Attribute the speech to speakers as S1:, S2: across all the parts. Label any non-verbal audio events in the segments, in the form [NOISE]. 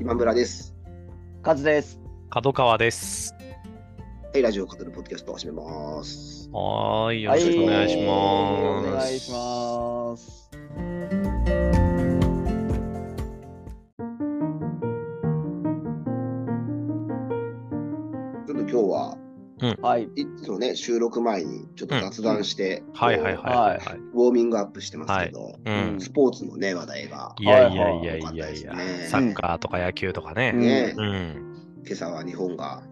S1: 今村です。
S2: カズです。
S3: 角川です。
S1: はい、ラジオカトルポッドキャストを始めます。
S3: はーい、よろしくお願いし
S2: はいお
S3: ま
S2: 願い
S3: す。
S2: します。
S1: ちょっと今日は、
S2: はい。
S1: いつもね、収録前にちょっと雑談して、
S3: はいはいはいはい。
S1: ウォーミングアップしてますけど、
S2: う
S3: う
S2: ん
S3: ん。
S1: スポーツのね、話題が。
S3: いやいやいやい
S1: はい
S3: や
S1: はい
S3: いや、
S1: ね
S3: サッカーとか野球とかね。
S1: ね
S3: う、ん。
S1: 今朝は日本が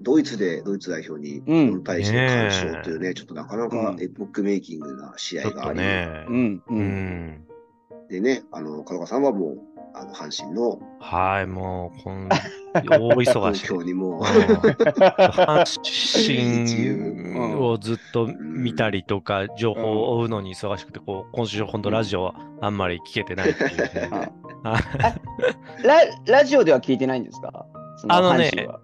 S1: ドイツでドイツ代表に
S2: うん
S1: 4対1で完勝というね、ちょっとなかなか
S2: うん
S1: エポックメイキングな試
S3: ちょ
S1: 合
S3: っ
S1: があ
S3: と
S1: り、
S3: ね
S2: う。ん。う。
S3: うん [LAUGHS] ん。
S1: でね、あの、角川さんはもう、あの阪神の
S3: はい、もう、こ [LAUGHS] ん、大忙しい。
S1: 今日にもう、
S3: 阪神をずっと見たりとか、情報を追うのに忙しくて、こう今週、本当、ラジオはあんまり聞けてないっていうね
S2: はい
S3: あ
S2: ララジオでは聞いてないんですかそ
S3: あのね
S2: 阪神は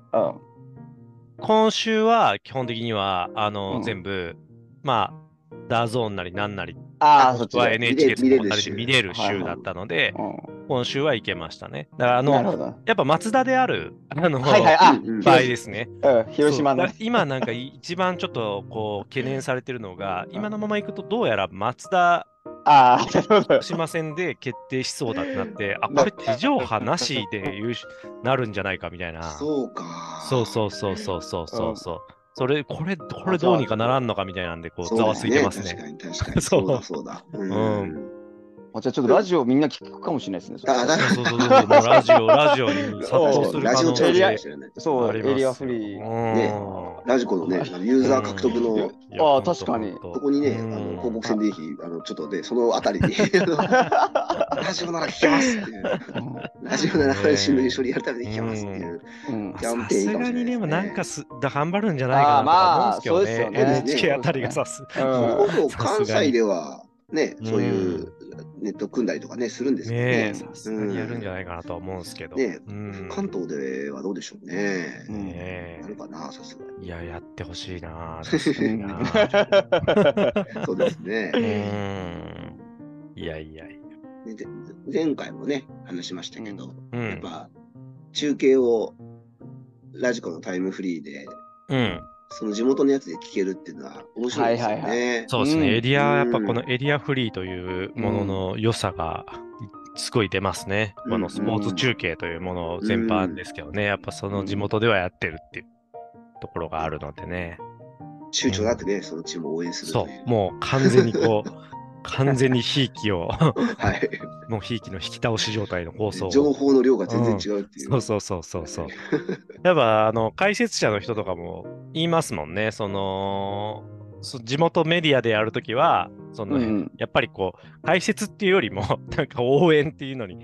S3: 今週は基本的には、あの、
S2: うん
S3: 全部、まあ、ダゾーンなりなんなり、
S2: うん、ああ、そっ
S3: 僕
S2: ち
S3: は
S2: で。
S3: NHK スポ
S1: 見れる
S3: ーツなりで見れる
S2: 週
S3: 週だったので、
S2: う
S3: 今週は行けましたね。だから、あ
S2: ん、なる
S3: の、
S2: ほど。
S3: やっぱ松田である、あの、
S2: はいはい。あ、
S1: うんうん
S3: 場合ですね。
S2: うん、広島
S3: そう
S2: の
S3: だ。から今なんかい一番ちょっとこう懸念されて
S2: [LAUGHS]
S3: るのが、今のまま行くとどうやら松田
S2: ああ、なるほど
S3: 福。島戦で決定しそうだってなって、あ、
S2: な
S3: これ地上波なしで優勝なるんじゃないかみたいな。
S1: そうか。
S3: そうそうそうそうそうそうそう。それ、これ、これどうにかならんのかみたいなんで、こう、ざわついてます
S1: そうだ
S3: ね。
S1: よ確かに確か
S3: [LAUGHS]
S1: に。
S3: そ
S1: そううだそうだ。う。
S3: うん
S2: あじゃあちょっとラジオみんな聞くかもしれないですね。それ
S1: あだ
S3: そうそうそうそう、もうラジオ、ラジオに殺
S2: そう
S3: 到
S1: そ
S3: す
S1: う
S3: る
S1: ラ
S3: 可
S1: ジオ
S3: 能
S1: チャンネルかもし
S3: 性あります
S1: れない。
S2: そう、
S3: よ
S2: エリアフリー。
S3: うん
S1: ラジコのね、あのユーザー獲得
S3: う
S1: の、
S3: いや
S2: あ
S3: ほんと
S2: 確かに
S3: ほんと
S1: そこにね、あ
S3: うん
S1: の広告宣伝費、あのちょっとで、そのあたり
S3: [LAUGHS]
S1: に、あのラジオなら聞けますっていう、ラジオなら阪神の優勝にやるために聞けますっていう、
S2: うん
S1: キャン
S3: さ
S1: ペーンいい
S3: す
S1: かもしれ
S3: が
S1: ないですね
S3: にでもなんかす頑張るんじゃないかなとか思うんですけどね。
S2: あーまあ
S3: NHK あたりがさす。
S2: うん
S1: ほぼ関西では、ね、
S3: うん
S1: そういうネット組んだりとかね、するんですけど
S3: ね
S1: ね
S3: え、さすがにやるんじゃないかなとは思うんですけど。
S1: ね
S3: うん
S1: 関東ではどうでしょうね。
S2: うん
S3: ね
S1: なるかな、さすが
S3: えいや、やってほしいな。確か
S2: う
S3: に
S2: ん
S3: な
S1: に。そうですね。
S3: うんいやいやいや。
S1: ねで前回もね、話しましたけど、
S3: う
S1: やっ
S3: ん。
S1: ぱ中継をラジコのタイムフリーで、
S3: うん。
S1: その地元のやつで聞けるっていうのは面白いですよね。
S2: はいは
S3: そうですね。
S2: うん
S3: エリア、やっぱ
S1: うん
S3: このエリアフリーというものの良さが、すごい出ますね。
S1: うん
S3: このスポーツ中継というもの全般ですけどね。やっぱその地元ではやってるっていうところがあるのでね。
S1: 躊躇なくね、そのチームを応援する
S3: そ
S1: と
S3: う
S1: いう。。
S3: もう完全にこう、完全にひいきを、 [LAUGHS]
S1: はい。
S3: もうひいきの引き倒し状態の放送を。
S1: 情報の量が全然違うっていう。
S3: そうそうそうそうそう。やっぱあの解説者の人とかも言いますもんね。そのそ地元メディアでやるときは、その、
S2: うん
S3: やっぱりこう解説っていうよりも [LAUGHS] なんか応援っていうのに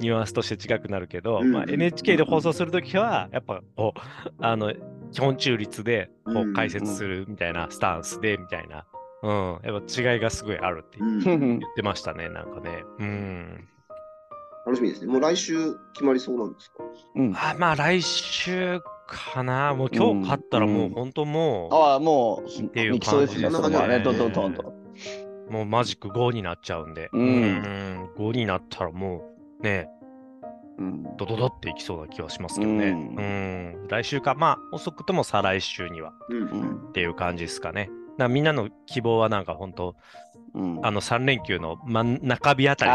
S3: ニュアンスとして違くなるけど、
S1: うん
S3: まあ、NHK で放送するときはやっぱこうあの基本中立でこ
S1: うん
S3: う解説するみたいなスタンスでみたいな、うん、やっぱ違いがすごいあるって
S1: う
S3: 言
S1: ん
S2: うん
S3: ってましたね、なんかね。うん
S1: 楽しみですね。もう来週決まりそうなんですか
S2: うん
S3: あまあ来週かな。もう今日勝ったらもう本当も
S2: ああ、もう、
S3: ていう
S2: 行きそうですね。
S1: 感じですね
S2: そこはね、どんどんどんどん。
S3: う、もうマジック5になっちゃうんで。
S2: うん
S3: ん。5になったらもうね、
S2: うん
S3: ドドドっていきそうな気はしますけどね。
S2: う
S3: うん。来週か、まあ遅くとも再来週には
S1: うん
S2: う。ん
S3: っていう感じですかね。だからみんなの希望はなんか本当、
S2: うん
S3: あの3連休の真ん中日あたりで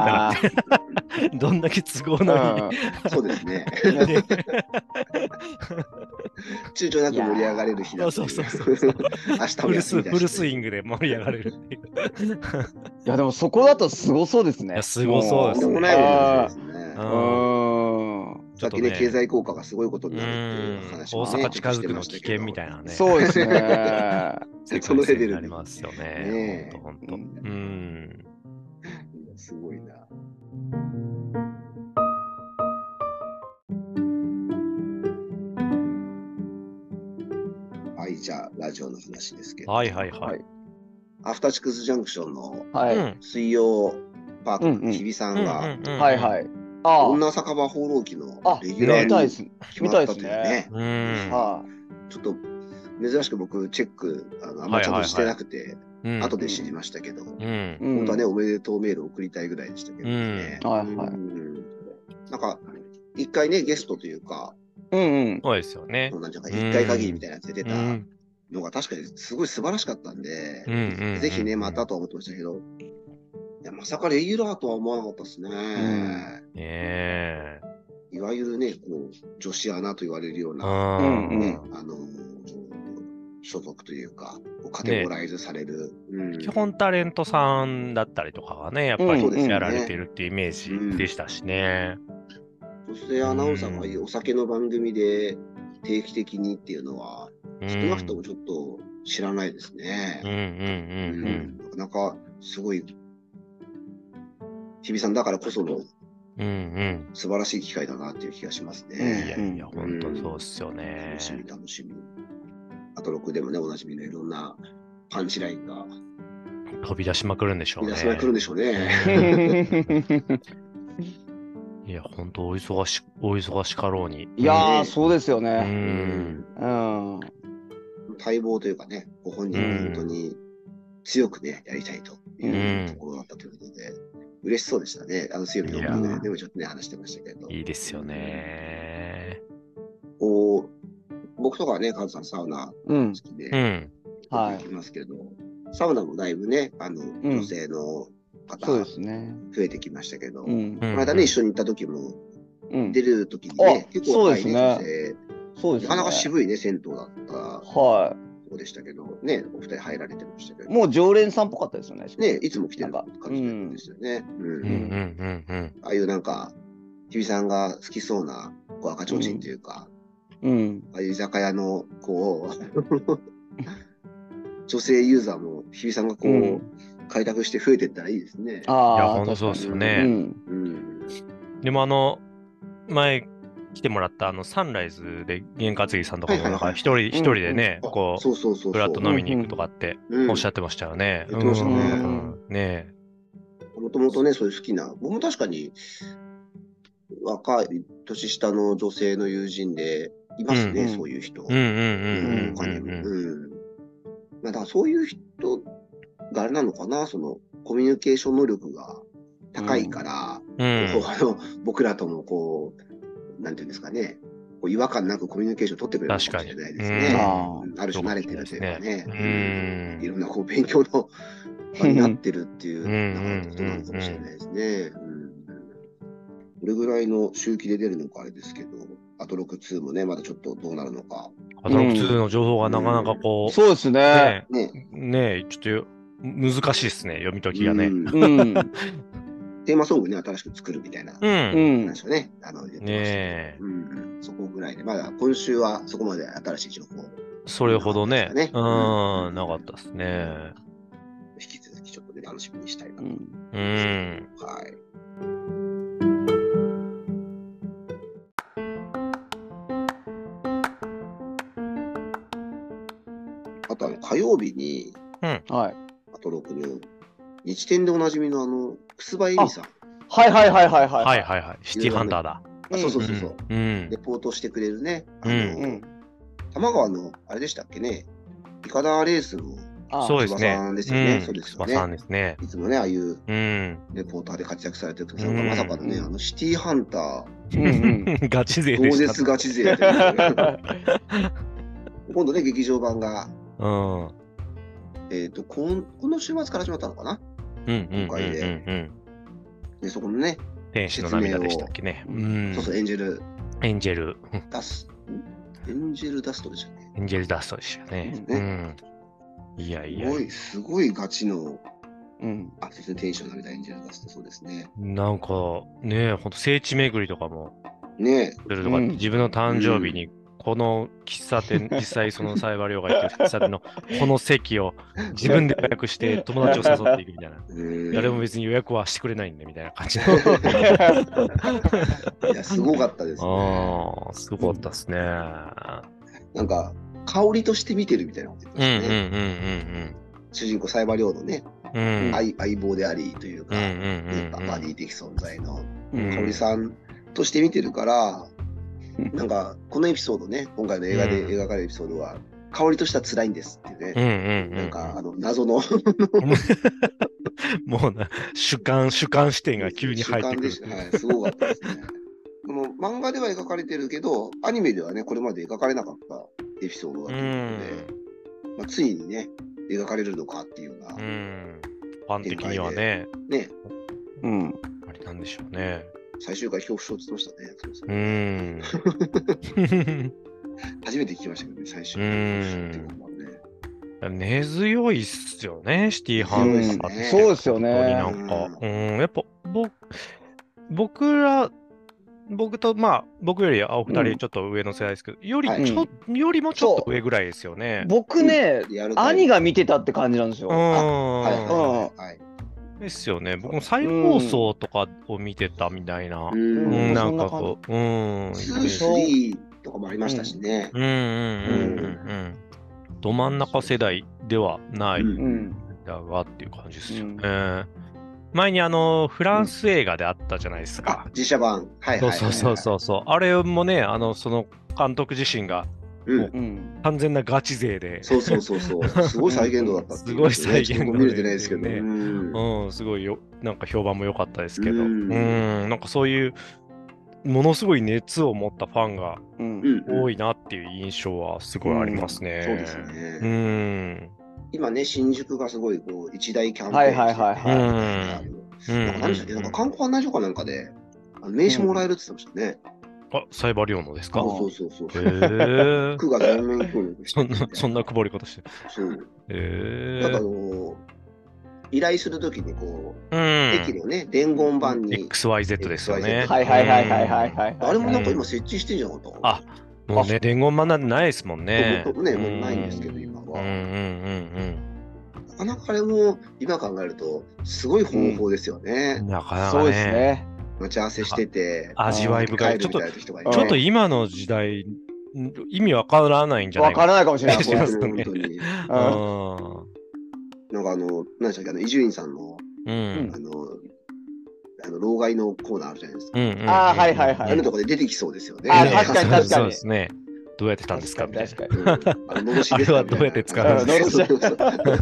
S3: 決まってくれたら
S2: あー
S3: [LAUGHS] どんだけ都合のいい。
S1: そうです
S3: [LAUGHS]
S1: ね。
S3: ね
S1: 躊躇なく盛り上がれる日だってい
S3: そうそうそうそう
S1: [LAUGHS] 明日
S3: フ
S1: も
S3: ル
S1: 休
S3: ス
S1: みだし
S3: フルスイングで盛り上がれるっていう。
S2: いやでもそこだとすごそうです
S3: い
S2: ね。
S3: やすごそ
S1: とん
S3: うです
S1: で
S3: ね
S1: もないこと
S2: あ
S1: ですね。
S2: ー
S3: う
S2: うんーん
S3: ち
S1: さっ
S3: ょっと
S1: き
S3: ね
S1: ね、経済効果がすごいことになるっていう
S3: うん
S1: 話
S3: 大
S1: もね
S3: 阪近づくの危険みた
S1: い
S3: いなね。
S2: そうです
S3: [LAUGHS]
S2: ね。
S1: そのレベルに
S3: 世界線になりますよね。
S1: ねえ
S3: 本
S2: う
S3: 当
S2: ん
S3: 本当。うん。
S1: な。すごいな。はい、じゃあ、ラジオの話ですけど、
S3: はいはいは
S2: はいい。
S1: アフターチックスジャンクションの
S2: はい、
S3: うん
S1: 水曜パートナー
S2: うんう
S1: の
S2: ん
S1: 日比さんが、
S2: はい
S3: い。
S2: はい。あ
S1: 女酒場放浪記の
S2: あ、あ、
S1: レ
S2: 見
S1: ギュラー
S2: たいで
S1: に
S2: す。
S1: 決まったという
S2: 見たいで
S1: ね
S2: す、
S3: うん。
S2: はい
S1: ちょっと珍しく僕、チェック、あのあんまちゃんとしてなくて、
S3: うん
S1: 後で知りましたけど、
S3: うん。
S2: うん
S1: 本当はね、おめでとうメールを送りたいぐらいでしたけどね。
S2: うんはいはい
S1: うんなんか、一回ね、ゲストというか、
S2: うんう
S3: [LAUGHS]
S2: ん。
S3: そうですよね
S1: そ。のなんていうか、一回限りみたいなやつで出
S3: う
S1: た
S3: ん。
S1: のが確かにすごい素晴らしかったんで、
S3: うんうんうん
S1: ぜひね、またとは思ってましたけど、いやまさかレギュラーとは思わなかったですね。
S3: ねえ。
S1: いわゆるね、こう、女子アナと言われるよう
S3: う
S1: な、
S3: ん
S2: うん
S1: ね、あの所属というか、こうカテゴライズされる。うん
S3: 基本タレントさんだったりとかがね、やっぱ
S2: うんそう
S1: よ
S2: です
S3: り
S1: ね
S3: やられてるっていうイメージでしたしね。
S1: そしてアナウンサーがお酒の番組で定期的にっていうのは、
S3: うん
S1: 少なくともちょっと知らないですね
S3: うん。うんうんうん
S1: うんなかなかすごい、日比さんだからこその
S3: うんうん。
S1: 素晴らしい機会だなっていう気がします
S3: い
S1: ね
S3: や。いや、本当そうっすよね
S1: 楽。しみ、楽しみ。アトロクでもね、おなじみのいろんなパンチラインが
S3: 飛び出しまくるんでしょう
S1: 皆
S3: ね
S1: さ。ん来るんでしょうね。
S3: いや、本当お忙し、お忙しかろうに。
S2: いやー、そうですよ
S3: う
S2: ね。
S3: ん。
S2: うん。
S1: 待望というかね、ご本人が本当に強くね、やりたいというところだったということで、嬉しそうでしたね。あの水曜日の方
S2: いや
S1: ね、
S2: ー
S1: でもちょっとね、話してましたけど。
S3: いいですよね。
S1: こう僕とかはね、カズさんサウナ
S2: う
S1: 好。
S2: ん
S1: きで、
S3: うん。
S1: 行きますけど、サウナもだいぶね、あの、女性の方、
S2: そう
S1: 増
S2: ですね。
S1: えてきましたけど、
S2: う
S1: こ
S2: ん
S3: う。ん
S1: の間ね、一緒に行った時も、
S2: うん
S1: 出。る時にね、
S2: あ
S1: 結構若いね
S2: そう
S1: 女
S2: で
S1: 性、
S2: そうですね。
S1: なかなか渋いね、銭湯だった
S2: は
S1: そうでしたけど、ね、お二人入られてましたけど、
S2: い。もう常連さんっぽかったですよね。
S1: ね、いつも来てる
S2: なん
S1: 感
S2: か
S1: じなんですよね。うん
S3: うんうんうん
S1: ああいうなんか、日比さんが好きそうなこう赤ちょうちんというか、
S2: うん。
S1: ああいう居酒屋のこう、女性ユーザーも日比さんがこう、
S2: うん
S1: 開拓して増えていったらいいですね。
S2: ああ。
S3: いやほんとそうっすよね
S2: うん
S1: うん、
S3: うん。でもあの、前来てもらったあのサンライズで原担ぎさんとかも
S1: はいは
S3: な
S1: い
S3: ん
S1: は
S3: か
S1: い
S3: 一人一人でね、
S1: あ
S3: こ
S1: そうそうそう
S3: う、
S1: そう。
S3: ふらっと飲みに行くとかって
S1: うん
S3: おっしゃってましたよね。
S1: 言ってましたね
S3: うんねえ
S1: もともとね、そういう好きな、僕も確かに若い、年下の女性の友人でいますね、
S2: うん
S1: そういう人。
S3: うんうんうん
S1: 他
S3: うん
S1: にも。
S3: うんうん。
S1: うんまあ、だからそういう人があれなのかな、そのコミュニケーション能力が高いから、
S3: うん
S1: こうあの僕らともこう、なんていうんですかね、こう違和感なくコミュニケーションを取ってくれる
S3: 確
S1: か
S3: か
S1: もし
S3: に。
S1: れ
S3: う
S1: ないですね。
S3: ん
S1: うんある種慣れてるというかね
S3: う
S1: い
S3: ん。
S1: ろんなこう勉強の場になってるっていう
S3: うん
S1: なんかことなのかもしれないですね。うんこれぐらいの周期で出るのかあれですけど、アトロク2もね、まだちょっとどうなるのか。
S3: アトロック2の情報がなかなかこ
S2: そうです
S3: う、
S2: ね。
S3: ね
S1: ね、
S3: え、ねえ、ちょっと難しいですね、読み解きがね
S1: う。ん
S2: うん。
S1: テーマソングね、新しく作るみたいな
S3: うん。
S2: うん。
S1: 話をね、あの、言ってましたけど
S3: ねえ
S1: うんうんそこぐらいで、まだ今週はそこまで新しい情報を
S3: それほどね。
S1: なかったです
S3: う
S1: よね
S3: ん、なかったですね。
S1: 引き続きちょっとね、楽しみにしたいな
S2: う
S1: と。
S2: ん
S3: うん。
S1: はい。あとあの火曜日に、
S2: はい。
S1: アトロクの日天でおなじみのあの、くすばえりさん、
S2: はいはいはいはいはい。
S3: はいはいはい。シティハンターだ。
S1: あそうそううんそうそう、
S3: うん
S1: レ。ポートしてくれるね、あ
S3: うん
S1: の、
S2: うん。
S1: 玉川の、あれでしたっけね、イカダーレースの
S2: あ
S3: そうですね
S1: くすばさんですよねそうんですよね
S3: う。くすばさんですね。
S1: いつもね、ああいう
S3: うん。 [LAUGHS]
S1: レポーターで活躍されてるくすばさん
S3: う
S1: が、
S3: ん
S1: まさかのね、あの、シティハンター、
S2: うんうん。
S3: ガチ勢で
S1: 同
S3: した。
S1: 絶ガチ勢と
S3: [LAUGHS]
S1: いう。今度ね、劇場版が
S3: うん。うん
S1: えっ、と、こんこの週末から始まったのかな
S3: うんうんうん
S1: 今回で
S3: うん。
S1: で、そこのね、
S3: 天使の涙でしたっけね。うん
S1: そう。そう、エンジェル
S3: エンジェル、うん
S1: ダス、んエンジェルダストでしたっけ
S3: エンジェルダストでしたよね。
S1: う
S3: うん。いやい
S1: す
S3: や
S1: ご、い、すごいガチの、
S2: うん。
S1: あ、そうですね、テンションのみたいエンジェルダスト、そうですね。
S3: なんかね、ほんと聖地巡りとかも
S1: ね
S3: するとか、
S2: うん
S3: 自分の誕生日にこの喫茶店、実際そのサイバー寮がやってる喫茶店のこの席を自分で予約して友達を誘っていくみたいな。
S1: えうん。
S3: 誰も別に予約はしてくれないんでみたいな感じの。
S1: いや、すごかったですね。
S3: ああ、すごかったですね。
S1: なんか、香りとして見てるみたいなこと言って
S3: うん
S1: まし
S3: うん
S1: たね。
S3: うん
S1: 主人公、サイバー寮のね、
S3: うんうん。うん。
S1: 相相棒でありというか、
S3: うん
S1: ね
S3: うんうんうん
S1: バディ的存在の
S2: うん
S1: 香織さんとして見てるから、
S2: うん
S1: なんか、このエピソードね、今回の映画で
S3: うん
S1: 描かれるエピソードは、香りとしては辛いんですっていうね。
S3: うんうんう
S1: な
S3: ん。
S1: んか、あの、謎の
S3: もうな、主観、主観視点が急に入っ
S1: 瞬間で
S3: てくる
S1: し。たはい、すごかったですね。この漫画では描かれてるけど、アニメではね、これまで描かれなかったエピソードだと
S3: う
S1: いうことで
S3: ん、。
S1: まあ、ついにね、描かれるのかっていうような、
S3: うん。ファン的にはね、
S1: ね、
S2: うん。
S3: あれなんでしょうね。
S1: 最終回恐怖症つとしたね。そうそう
S3: うん。
S1: 初めて聞きましたけどね、最終
S3: う
S1: 回
S3: ん
S1: 恐怖症っていうのはね。
S3: [LAUGHS] 根強いっすよね、シティハンターって。
S1: そう
S2: ですよね
S3: 本当になんか。うん、やっぱ、僕、僕ら、僕と、まあ、僕より、あお二
S2: う
S3: 人
S2: ん
S3: ちょっと上の世代ですけど、より
S1: はい
S3: ちょ、よりもちょっと上ぐらいですよね。
S2: 僕ね、
S1: リアルタイム
S2: 兄が見てたって感じなんです
S3: う
S2: よ。
S3: ん。
S1: はいはいはいはい
S3: ですよね。僕も再放送とかを見てたみたいな。
S1: うん
S3: う、
S2: うんん
S3: なんかこう、うん。
S1: ツ
S2: ん
S1: ー、ス
S2: そ
S1: リーとかもありましたしね。
S3: うんうんうんうんうん。ど真ん中世代ではない
S1: うん
S2: うん。
S3: だがっていう感じですよね。
S2: う
S3: 前にあのフランス映画であったじゃないです
S1: あ
S3: か。、
S1: 実写版。はいはいはいはい。
S3: そうそうそうそう。あれもね、あのその監督自身が
S1: うん。
S2: うん。
S3: 完全なガチ勢で、
S1: そうそうそうそう。すごい再現度だったっていう、
S3: すごい再現度
S1: ちょっと僕見れてないですけど。
S3: ね
S1: うん
S3: うん、すごいよ、なんか評判も良かったですけど、う
S1: うんん、
S3: なんかそういう、ものすごい熱を持ったファンが
S1: う
S2: う。
S1: んんうん
S3: 多いなっていう印象はすごいありますね。
S1: そうです
S3: う
S1: ね。
S3: ん。
S1: 今ね、新宿がすごいこう一大キャンペーン
S2: はいはいはい
S1: してて
S2: はい。
S3: う
S1: なんか何でしたっけなんか観光案内所かなんかで、あの名刺もらえるって言ってましたね。
S3: あ、サイバーリオンのですか
S2: うん
S1: そうそうそう
S3: へ
S1: そう。 [LAUGHS]
S3: え。
S1: 区が全面協力して
S3: そん
S1: て
S3: な、そんなくぼり方して。
S1: そう。
S3: へえ。
S1: なんかあの、依頼するときにこう、駅
S3: う
S1: のね、伝言板
S3: ん。
S1: に、
S3: XYZ ですよね。
S2: はいはいはいはいはいはい。
S1: あれもなんか今設置してんじゃなかった
S3: あうん。もうね、伝言マナーないですもんね。
S1: 僕ね、もうないんですけど、今
S3: うんうん
S1: は。
S3: うん
S1: なかなかあれも、今考えると、すごい方法ですよね
S3: うん。。なかなか
S2: そ
S3: ね。
S2: うですね。
S1: 待ち合わせしてて、
S3: 味わい深い。ちょっと、
S1: 帰
S3: ち
S1: るみたいな人がいて
S3: ょっと今の時代、ん意味わからないんじゃな
S2: わ
S3: い
S2: からないかもしれ
S1: いや
S2: ない。
S1: [LAUGHS]
S3: しますね
S1: 本当に。
S2: うん
S3: う
S1: なんかあの、何でしたっけ、あの伊集院さんの、
S3: ん。うん
S1: あの、あの老害のコーナーあるじゃないですか。
S3: うん。
S2: あーはいはいはい
S1: あのとこで出てきそうですよね。
S2: あ確かに確かに
S3: そうですね。どうやってたんですかみたいな
S2: 確。かに。
S1: うんあの、のろしですかみた
S3: あれはどうやって使うん
S2: ですか
S1: そう [LAUGHS] そうそ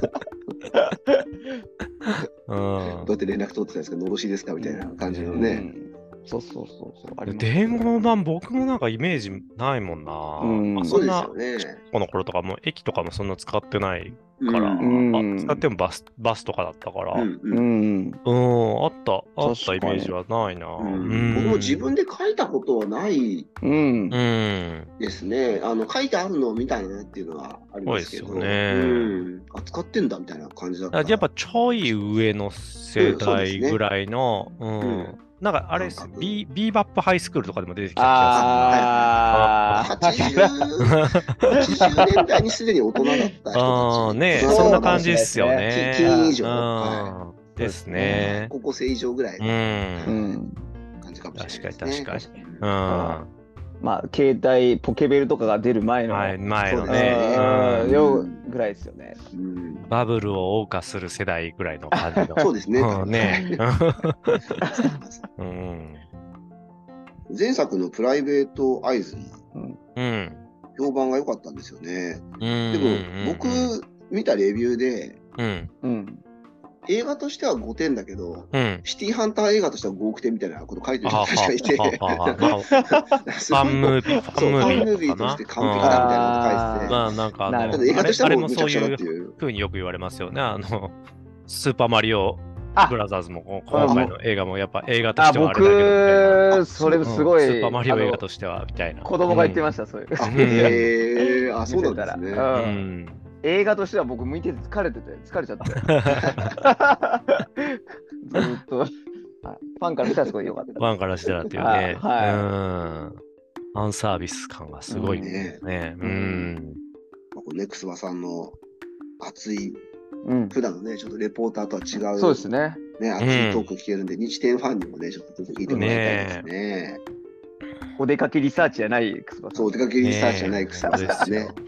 S1: う
S3: うん
S1: どうやって連絡取ってたんですか、のろしですかみたいな感じのね。
S2: うん。そうそうそうそう。あれも
S3: 伝言版僕もなんかイメージないもんな。
S2: うん
S3: あ
S1: そ
S3: そ
S1: うんで
S3: な、
S1: すよね。
S3: この頃とかも駅とかもそんな使ってない
S1: うん
S3: から、
S2: ん
S3: あ使ってもバスバスとかだったから、
S1: う
S3: う、
S1: んん
S2: う
S1: うん
S2: ん。
S3: あった、あった
S2: 確
S3: イ
S2: かに
S3: メージはないな。う
S1: うん
S3: ん、
S1: 僕も自分で書いたことはない
S2: うん
S3: う。ん、
S1: ですね。あの書いてあるのを見たいなっていうのはありますけど。
S3: そうですよね
S1: うん。あ使ってんだみたいな感じだった
S3: あ。やっぱちょい上の世代ぐらいの、うん
S1: うん
S3: なんかあれです
S1: 感覚
S3: ビー、ビーバップハイスクールとかでも出てきた気が
S2: ああ。
S1: 80, 80年代にすでに大人だった人たち。
S3: する。ああ、ね
S2: そう
S3: そんな感じですよね。
S1: ティーン以上
S3: うん
S1: は
S3: ですね。
S1: 高校生以上ぐらいうの
S3: ん
S2: う。
S1: うん感じかもし
S3: 確
S1: れな
S3: かに
S1: いです
S3: 確
S1: ね。
S3: かに。
S1: うん
S3: うん。
S2: まあ、携帯、ポケベルとかが出る前の。
S3: 前前の
S1: そうです
S3: ね
S1: ね
S3: う
S2: う
S3: ん
S2: ん。ようぐらいですよね。
S1: うん
S3: バブルを謳歌する世代ぐらいの感じの。
S1: そうですね。
S3: うんね。うん。
S1: 前作のプライベートアイズに
S3: うん。
S1: 評判が良かったんですよね。
S3: うん。
S1: でも僕見たレビューで
S3: うん。
S2: うん。
S1: 映画としては5点だけど、 [LAUGHS]
S3: うん。
S1: シティハンター映画としては5億点みたいなこと書いてる人
S3: はあ
S1: たちがいて、 [LAUGHS]
S3: はあはあはあまあ
S1: す
S3: フ
S1: ごい
S3: ァンムービー、フ
S1: そうファ
S3: ァ
S1: ン
S3: ン
S1: ム
S3: ム
S1: ー
S3: ー
S1: ビ
S3: ビ
S1: ー
S3: ー
S1: と
S3: か
S1: して
S3: な
S1: 完璧だみたいなこと書いてて、
S3: まあなんかあ
S2: なる
S1: た
S3: の、
S1: だ
S2: ほど
S1: 映
S3: あ
S1: 画と
S3: れ
S1: して
S3: あ
S1: は
S3: れ
S1: もう
S3: も
S1: むちゃくち
S3: そう
S1: ゃだって
S3: いう
S1: いう。
S3: ふうによく言われますよね。あの、スーパーマリオ
S2: あ
S3: ブラザーズも今回の映画もやっぱ映画とし
S2: あ、
S3: てはあれだけどみたいな。
S2: 僕、それ
S3: うん
S2: すごい。
S3: スーパーマリオ映画
S2: あ
S3: としてはみたいな。
S2: の子供が言ってました、そういう。
S1: あ、
S3: うん
S1: へ [LAUGHS] えあ、そうなん
S2: 見てた
S1: です
S2: ら
S1: ね。
S2: う
S3: う
S2: ん
S3: ん。
S2: 映画としては僕向いてて疲れてて疲れ
S3: [LAUGHS]
S2: ちゃってずーっとあファンからしたらすごい良かった
S3: ファンからしたらっていうね。
S2: [LAUGHS] はい
S3: うん。ファンサービス感がすごいね
S1: ね。
S3: うん。
S1: まあこうね、くすばさんの熱い、
S2: うん
S1: 普段のね、ちょっとレポーターとは違う、
S2: そうですね
S1: ね、熱いトーク聞けるんで、日天ファンにもね、ちょっと聞いてもらいたいですね。
S2: お出かけリサーチじゃないクスバさん
S1: そう、お出かけリサーチじゃないくすばさんですね
S3: ね。
S1: そうそ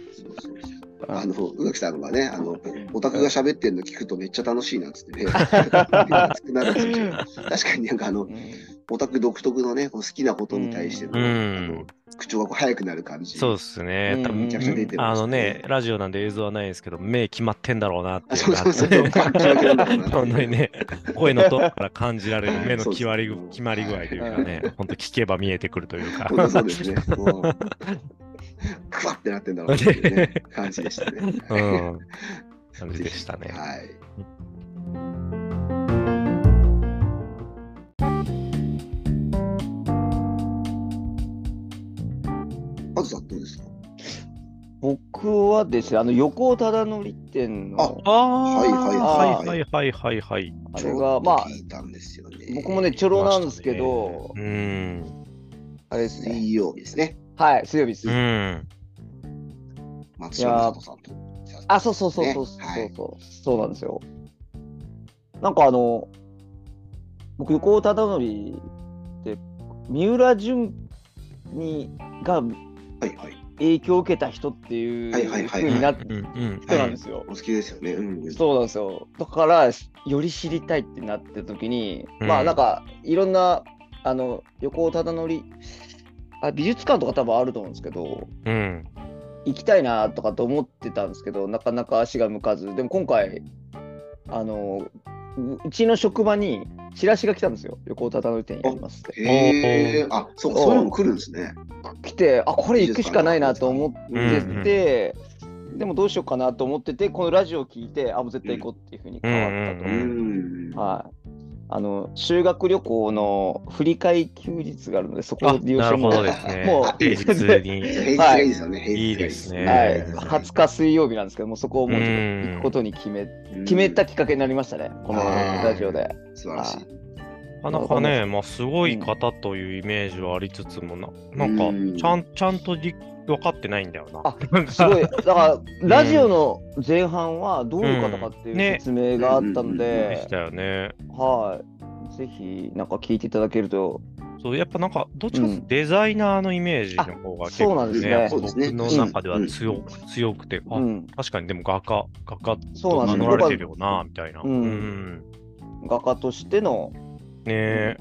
S1: うそう
S2: うん
S1: あの、宇垣さんがね、あの、オタクが喋ってるの聞くとめっちゃ楽しいなっつって [LAUGHS] ね。熱くなるんですよ確かになんかあの
S2: う、ん
S1: オタク独特のね、こう好きなことに対しての、
S3: うん
S1: あの口調がこう速くなる感じ。
S3: そうですね。多
S2: うん
S3: 分
S2: めちゃくちゃ
S1: 出てま
S3: あ
S1: した
S3: の
S1: ね
S3: ね、ラジオなんで映像はないんですけど、目決まってんだろうなって
S1: あ
S3: い
S1: そうう
S3: のがあ
S1: そう
S3: って。
S1: そう。
S3: [LAUGHS]
S1: パッキワキなんだろうなって
S3: 本当にね、声のトーンから感じられる目の
S1: そうです
S3: 決まり具決まり具合というかね、本当聞けば見えてくるというか。
S1: 本当 [LAUGHS] そうですね。もう、クワってなってんだろうなっていう、ね、感じでしたね。
S3: うん。感じでしたね。
S1: はい。あずさんどうですか
S2: 僕はですね、あの横尾忠則店の
S3: ああ
S1: はい
S2: はい
S1: はい
S3: はいはいはいはい。
S2: あ
S1: ち
S2: れ
S1: ょっ
S2: が、
S1: と
S2: まあ
S1: 聞いたんですよね。
S2: 僕もね、ちょろなんですけど、
S3: うん。
S2: あれですね、
S1: 水曜日ですね。
S2: はい、水曜日です。
S3: うん。
S1: 松島聡さんと。
S2: あ、そうそうそうそうそう
S1: ねはい
S2: そう、そうなんですよ。なんかあの、僕、横尾忠則って、三浦淳にが
S1: はいはい。
S2: 影響を受けた人っていう
S1: はいはいはい
S2: 風になっ
S3: うんうん。
S2: 人なんですよ。
S1: お好きですよね。うん。
S2: そうなんですよ。だから、より知りたいってなった時に、
S3: うん
S2: まあなんか、いろんな、あの、横尾忠則、あ美術館とか多分あると思うんですけど、
S3: うん。
S2: 行きたいなとかと思ってたんですけどなかなか足が向かずでも今回あのううちの職場にチラシが来たんですよ横尾忠則店やりますって
S1: へえ。あ、そうか、
S2: そ
S1: そ
S2: う
S1: ういうのも来るんですね。
S2: 来てあこれ行くしかないなと思ってて、でもどうしようかなと思っててこのラジオを聞いてあもう絶対行こうっていうふうに変わった
S1: う
S2: と、
S3: うん
S1: ん。
S2: はいあの修学旅行の振り替え休日があるのでそこ
S3: あ
S2: を利用し
S3: な
S2: て
S3: るほ
S2: も
S3: ど
S2: う
S3: ですね。
S2: もう
S3: 平日に。
S2: [LAUGHS]
S1: 平日がいいですよね。平日が
S3: いいですね
S2: はい
S3: うん
S2: 20日水曜日なんですけどもうそこをもうちょっと行くことに決め決めたきっかけになりましたね、このラジオで。
S1: うん素晴らしい。
S3: なかなかね、まあ、すごい方というイメージはありつつもな、なん
S1: う
S3: か
S1: ん
S3: ちゃん、ちゃんとり分かってないんだよな。
S2: あすごい、だから、ラジオの前半はどういう方かってい
S3: うんね
S2: う説明があったの
S3: [LAUGHS] で
S2: で
S3: し、たよね。
S2: はい、ぜひ、なんか聞いていただけると、
S3: そう、やっぱなんか、どっちかっていうとデザイナーのイメージの方が結
S2: あそうな
S3: 構
S2: んです
S3: ね、
S2: ね
S1: そうですね
S3: 僕の中では強,、
S1: うん
S3: 強くて、あ、
S2: うん、
S3: 確かにでも画家、画家
S2: そうな
S3: と名
S2: んで
S3: 乗
S2: す
S3: られ
S2: 僕
S3: てる
S2: は
S3: よな、みたいな。
S2: うん
S3: うん
S2: 画家としての
S3: ねえ、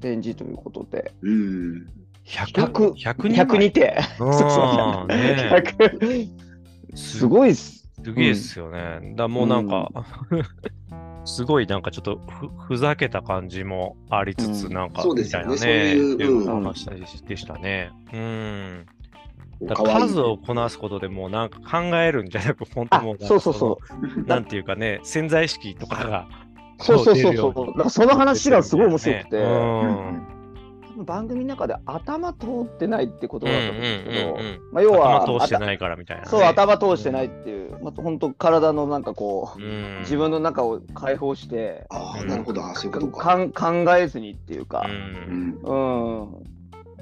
S2: 展示ということで、
S1: うん。
S3: 100、
S2: 100にて、
S3: う
S2: [LAUGHS]
S3: ん
S2: そうそう
S3: ね
S2: 100
S3: え
S2: すごいっす。
S3: すげえっすよね。だもうなんか、 [LAUGHS] すごいなんかちょっとふふざけた感じもありつつ、
S2: うん
S3: なんか、
S1: そうで
S3: み
S1: す
S3: たい
S1: よ
S3: な
S1: ねそ
S3: ね、
S1: ういう
S3: い
S1: うん
S3: 話でしでしたね。うん。だ
S1: 可
S3: から
S1: 愛い
S3: 数をこなすことでもうなんか考えるんじゃなく、本当
S2: あ
S3: もうなんか
S2: そうそうそう
S3: のなんていうかね、潜在意識とかが。
S2: そうそうそうそう
S3: こ出るよ
S2: だからその話がすごい面白くて
S3: う。
S1: うんん
S2: 番組の中で頭通ってないってことだったんですけど
S3: うんうんうん、
S2: まあ要は
S3: 頭通してないからみたいなね、
S2: そう、頭通してないっていう、まあ、本当体のなんかこう、
S3: うん。
S2: 自分の中を解放して、
S1: ああ、なるほど。あそういうことか。
S2: かん考えずにっていうか
S3: う、。
S1: うんん。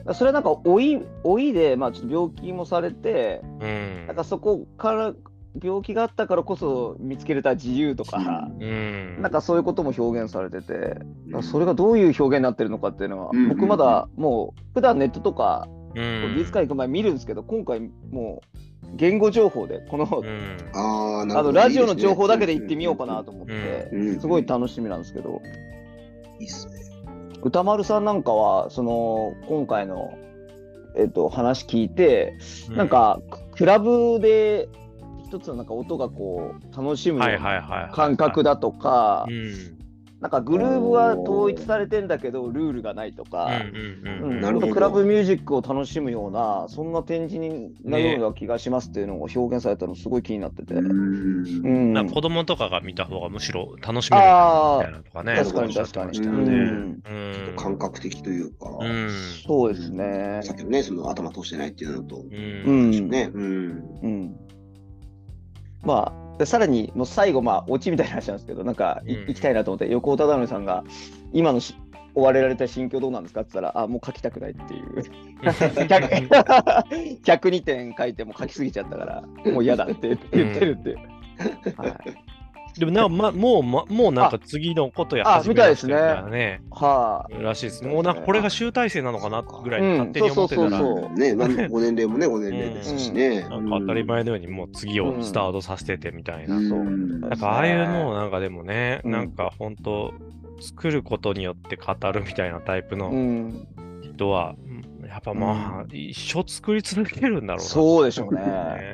S2: うん。それはなんか老い老いで、まあ、ちょっと病気もされて、
S3: うん。
S2: なんかそこから病気があったからこそ見つけれた自由とか、
S3: うん。
S2: なんかそういうことも表現されてて、
S1: うん
S2: それがどういう表現になってるのかっていうのは、
S1: うん
S2: 僕まだもう普段ネットとか
S3: う
S2: 美術館行く前見るんですけど、今回もう言語情報でこの、
S3: ん。
S1: ああ、なる
S2: あ
S1: ほど
S2: のラジオの情報だけで行ってみようかな。と思って、
S1: うん
S2: すごい楽しみなんですけど、
S1: いいですね。
S2: 歌丸さんなんかはその今回の、えっと話聞いて、
S3: うん
S2: なん、かククラブで一つのなんか音がこう楽しむ
S3: はいはいはいはい。
S2: 感覚だとか、
S3: うん。
S2: なんかグルーブは統一されてんだけどルールがないと
S3: う
S2: か。
S3: ん
S2: う
S3: うんんうん
S1: なるほど
S2: クラブミュージックを楽しむようなそんな展示になるような気がしますっていうのを表現されたのすごい気になってて、
S1: うん。
S2: ん
S3: なんか子供とかが見た方がむしろ楽しめるみ
S2: あ
S3: たい
S2: あ
S3: なとかね。
S2: 確かに確かに
S3: おっしゃってま
S1: う
S3: したよね
S2: ん
S3: うん
S1: 感覚的というか。
S3: うん。
S2: そうですね
S1: さっきのね、その頭通してないっていうのと。
S3: う。
S2: うんん、
S1: ね。うん。
S2: うん、まあでさらにもう最後まあオチみたいな話なんですけどなんかい
S3: うん
S2: 行きたいなと思って横尾忠則さんが今のし追われられた心境どうなんですかって言ったらあもう書きたくないっていう
S3: [LAUGHS]
S2: 100 102点書いてもう書きすぎちゃったからもう嫌だって言って言ってるっていう、はい、
S3: [LAUGHS] でもなんか、ま、もう、ま、もうなんか次のことや
S2: あ
S3: 始めましたみたいなね。
S2: は
S3: らしいです。もうなんかこれが集大成なのかなぐらい勝手に思ってた
S2: うん
S3: ら、
S2: そうそうそう
S1: ね、まあご年齢もね、ご年齢ですしね。
S3: なんか当たり前のようにもう次をスタートさせててみたいな。
S1: うん
S2: そう
S3: なんかああいうのをなんかでもね、
S2: うん
S3: なんか本当作ることによって語るみたいなタイプ
S2: あ
S3: の
S2: うん
S3: 人は、うんやっぱまあ、一生作り続けるんだろうな。
S2: そうでし
S3: [LAUGHS]
S2: ょうね。
S3: ね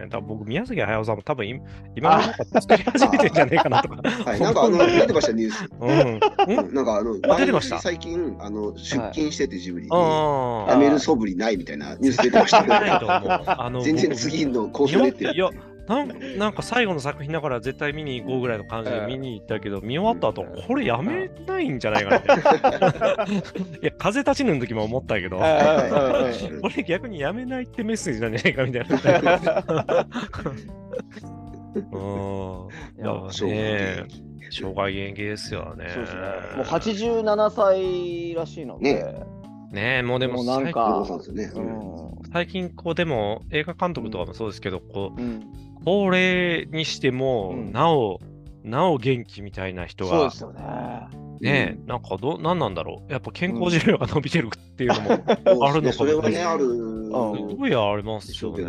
S3: だから僕、宮崎駿さんも多分今、今なんか作り始めてんじゃねえかなとか。
S1: はい、なん
S2: [LAUGHS]
S1: かあの出てました、ニュース。
S3: うん。うん
S1: なんかあの、
S3: あ出てました
S1: 番組最近、あの出勤しててジブリに、
S3: あ
S1: やめる素振りないみたいなニュース出てましたけど
S3: ないと思う。あ
S2: [LAUGHS]
S3: の
S1: 全然次のコース
S3: 見
S1: 出
S3: 終
S1: て
S3: わっい
S1: る
S3: や。なんなんか最後の作品だから絶対見に行こうぐらいの感じで見に行ったけど、見終わった後これやめないんじゃないかな [LAUGHS] いや風立ちぬの時も思ったけど
S2: ああ
S1: はいはいはい
S2: うん
S3: これ逆にやめないってメッセージなんじゃないかみたいな。うんいや
S1: 生涯
S3: ね障害現役ですよね。
S2: そうですね。もう87歳らしいので、
S3: ねえもうで
S2: も
S3: も
S2: うなん
S1: あ
S2: か
S1: そうですね。
S2: う
S1: うん
S2: ん
S3: 最近最近こうでも映画監督とかもそうですけど、こう
S2: うん、
S3: 高齢にしても、
S2: うん
S3: なおなお元気みたいな人
S2: そう
S3: が
S2: ですよね。
S3: ね、なんかど何なんだろうやっぱ健康寿命が伸びてるっていう
S1: [LAUGHS]
S3: のも、
S1: そう
S3: あるのかも
S1: それはね、ある
S2: ん
S3: すごいありま
S1: ですしょ
S3: よ
S1: うけど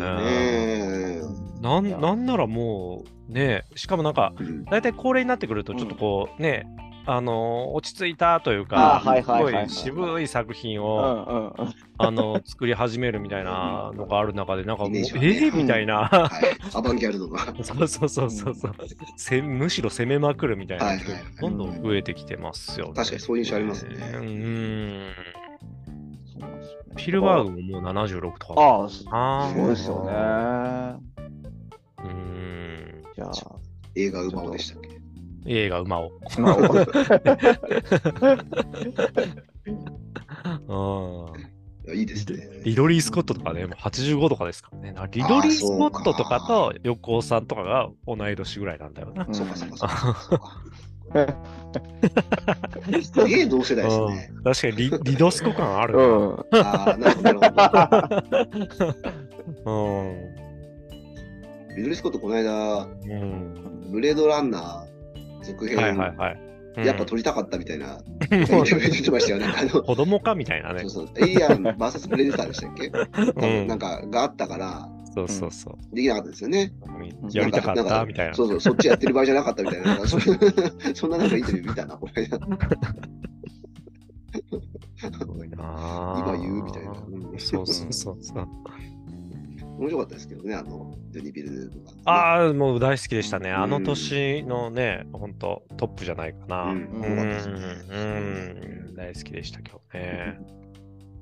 S1: ね。
S3: ね。なん
S2: いや
S3: なんならもうねしかもなんか
S1: うん
S3: 大体高齢になってくるとちょっとこうね、あのー落ち着いたという
S2: あ
S3: か
S2: ーはいはいはいはい
S3: すごい渋い作品
S2: う
S3: を、
S2: んうんうん。
S3: あのー作り始めるみたいなのがある中でなんかもう、
S1: イメー
S3: え
S1: ジはね
S3: ーみたいな。 [LAUGHS]
S1: はい、アバンギャルドが。 [LAUGHS] は
S3: そうそうそうそうそう、せむしろ攻めまくるみたい
S1: はい
S3: な
S1: はいはい
S3: どんどん増えてきてますよね。
S1: 確かにそういう印象ありますね
S3: うん。
S2: そうなんですよね
S3: フィルバーグももう76とか。
S2: ああ、そ
S3: あ
S2: そうですよね。
S3: うん。
S2: じゃあ、
S1: 映画馬王でしたっけ
S3: 映画、馬を。
S2: まあ、
S3: うん。
S1: いやいいですね。
S3: リドリー・スコットとかね、もう85とかですからね。なリドリー・スコットとかと横尾さんとかが同い年ぐらいなんだよな。
S1: そうかそうかそうかそうか。 [LAUGHS] すげえ同世代ですね。
S3: うん確
S1: [LAUGHS]
S3: かにリリドスコ感ある
S2: う
S3: な。
S2: ん。うん
S1: ああ、なるほどなるほど。
S3: うん。
S1: リドリー・スコットこの間、
S3: うん。
S1: ブレードランナー続編、
S3: はいはいはい。うん
S1: やっぱ撮りたかったみたいな、インタ
S3: もう
S1: ビュー出てましたよ。なんかあの、
S3: [LAUGHS] 子供かみたいなね
S1: そう。そう、エイリアン VS プレデターでしたっけ多
S3: [LAUGHS] う
S1: 分
S3: ん
S1: なんかがあったから、
S3: そうそうそう。
S1: できなかったですよね。
S3: やりたかっ
S1: なん
S3: た
S1: か
S3: みたいな。
S1: そうそう、そっちやってる場合じゃなかったみたいな。なん [LAUGHS] かそそんななんかインタビュー見たな、これ。
S3: 今
S1: 今言うみたいな。うん
S3: そうそうそうそう。
S1: 面白かったですけどね、あの、ジョニー・ビルヌーブが、ね。
S3: ああ、もう大好きでしたね。
S1: ん
S3: あの年のね、本当トップじゃないかな。
S1: う
S3: うんん、
S1: よかったですね
S3: うん大好きでしたけどね。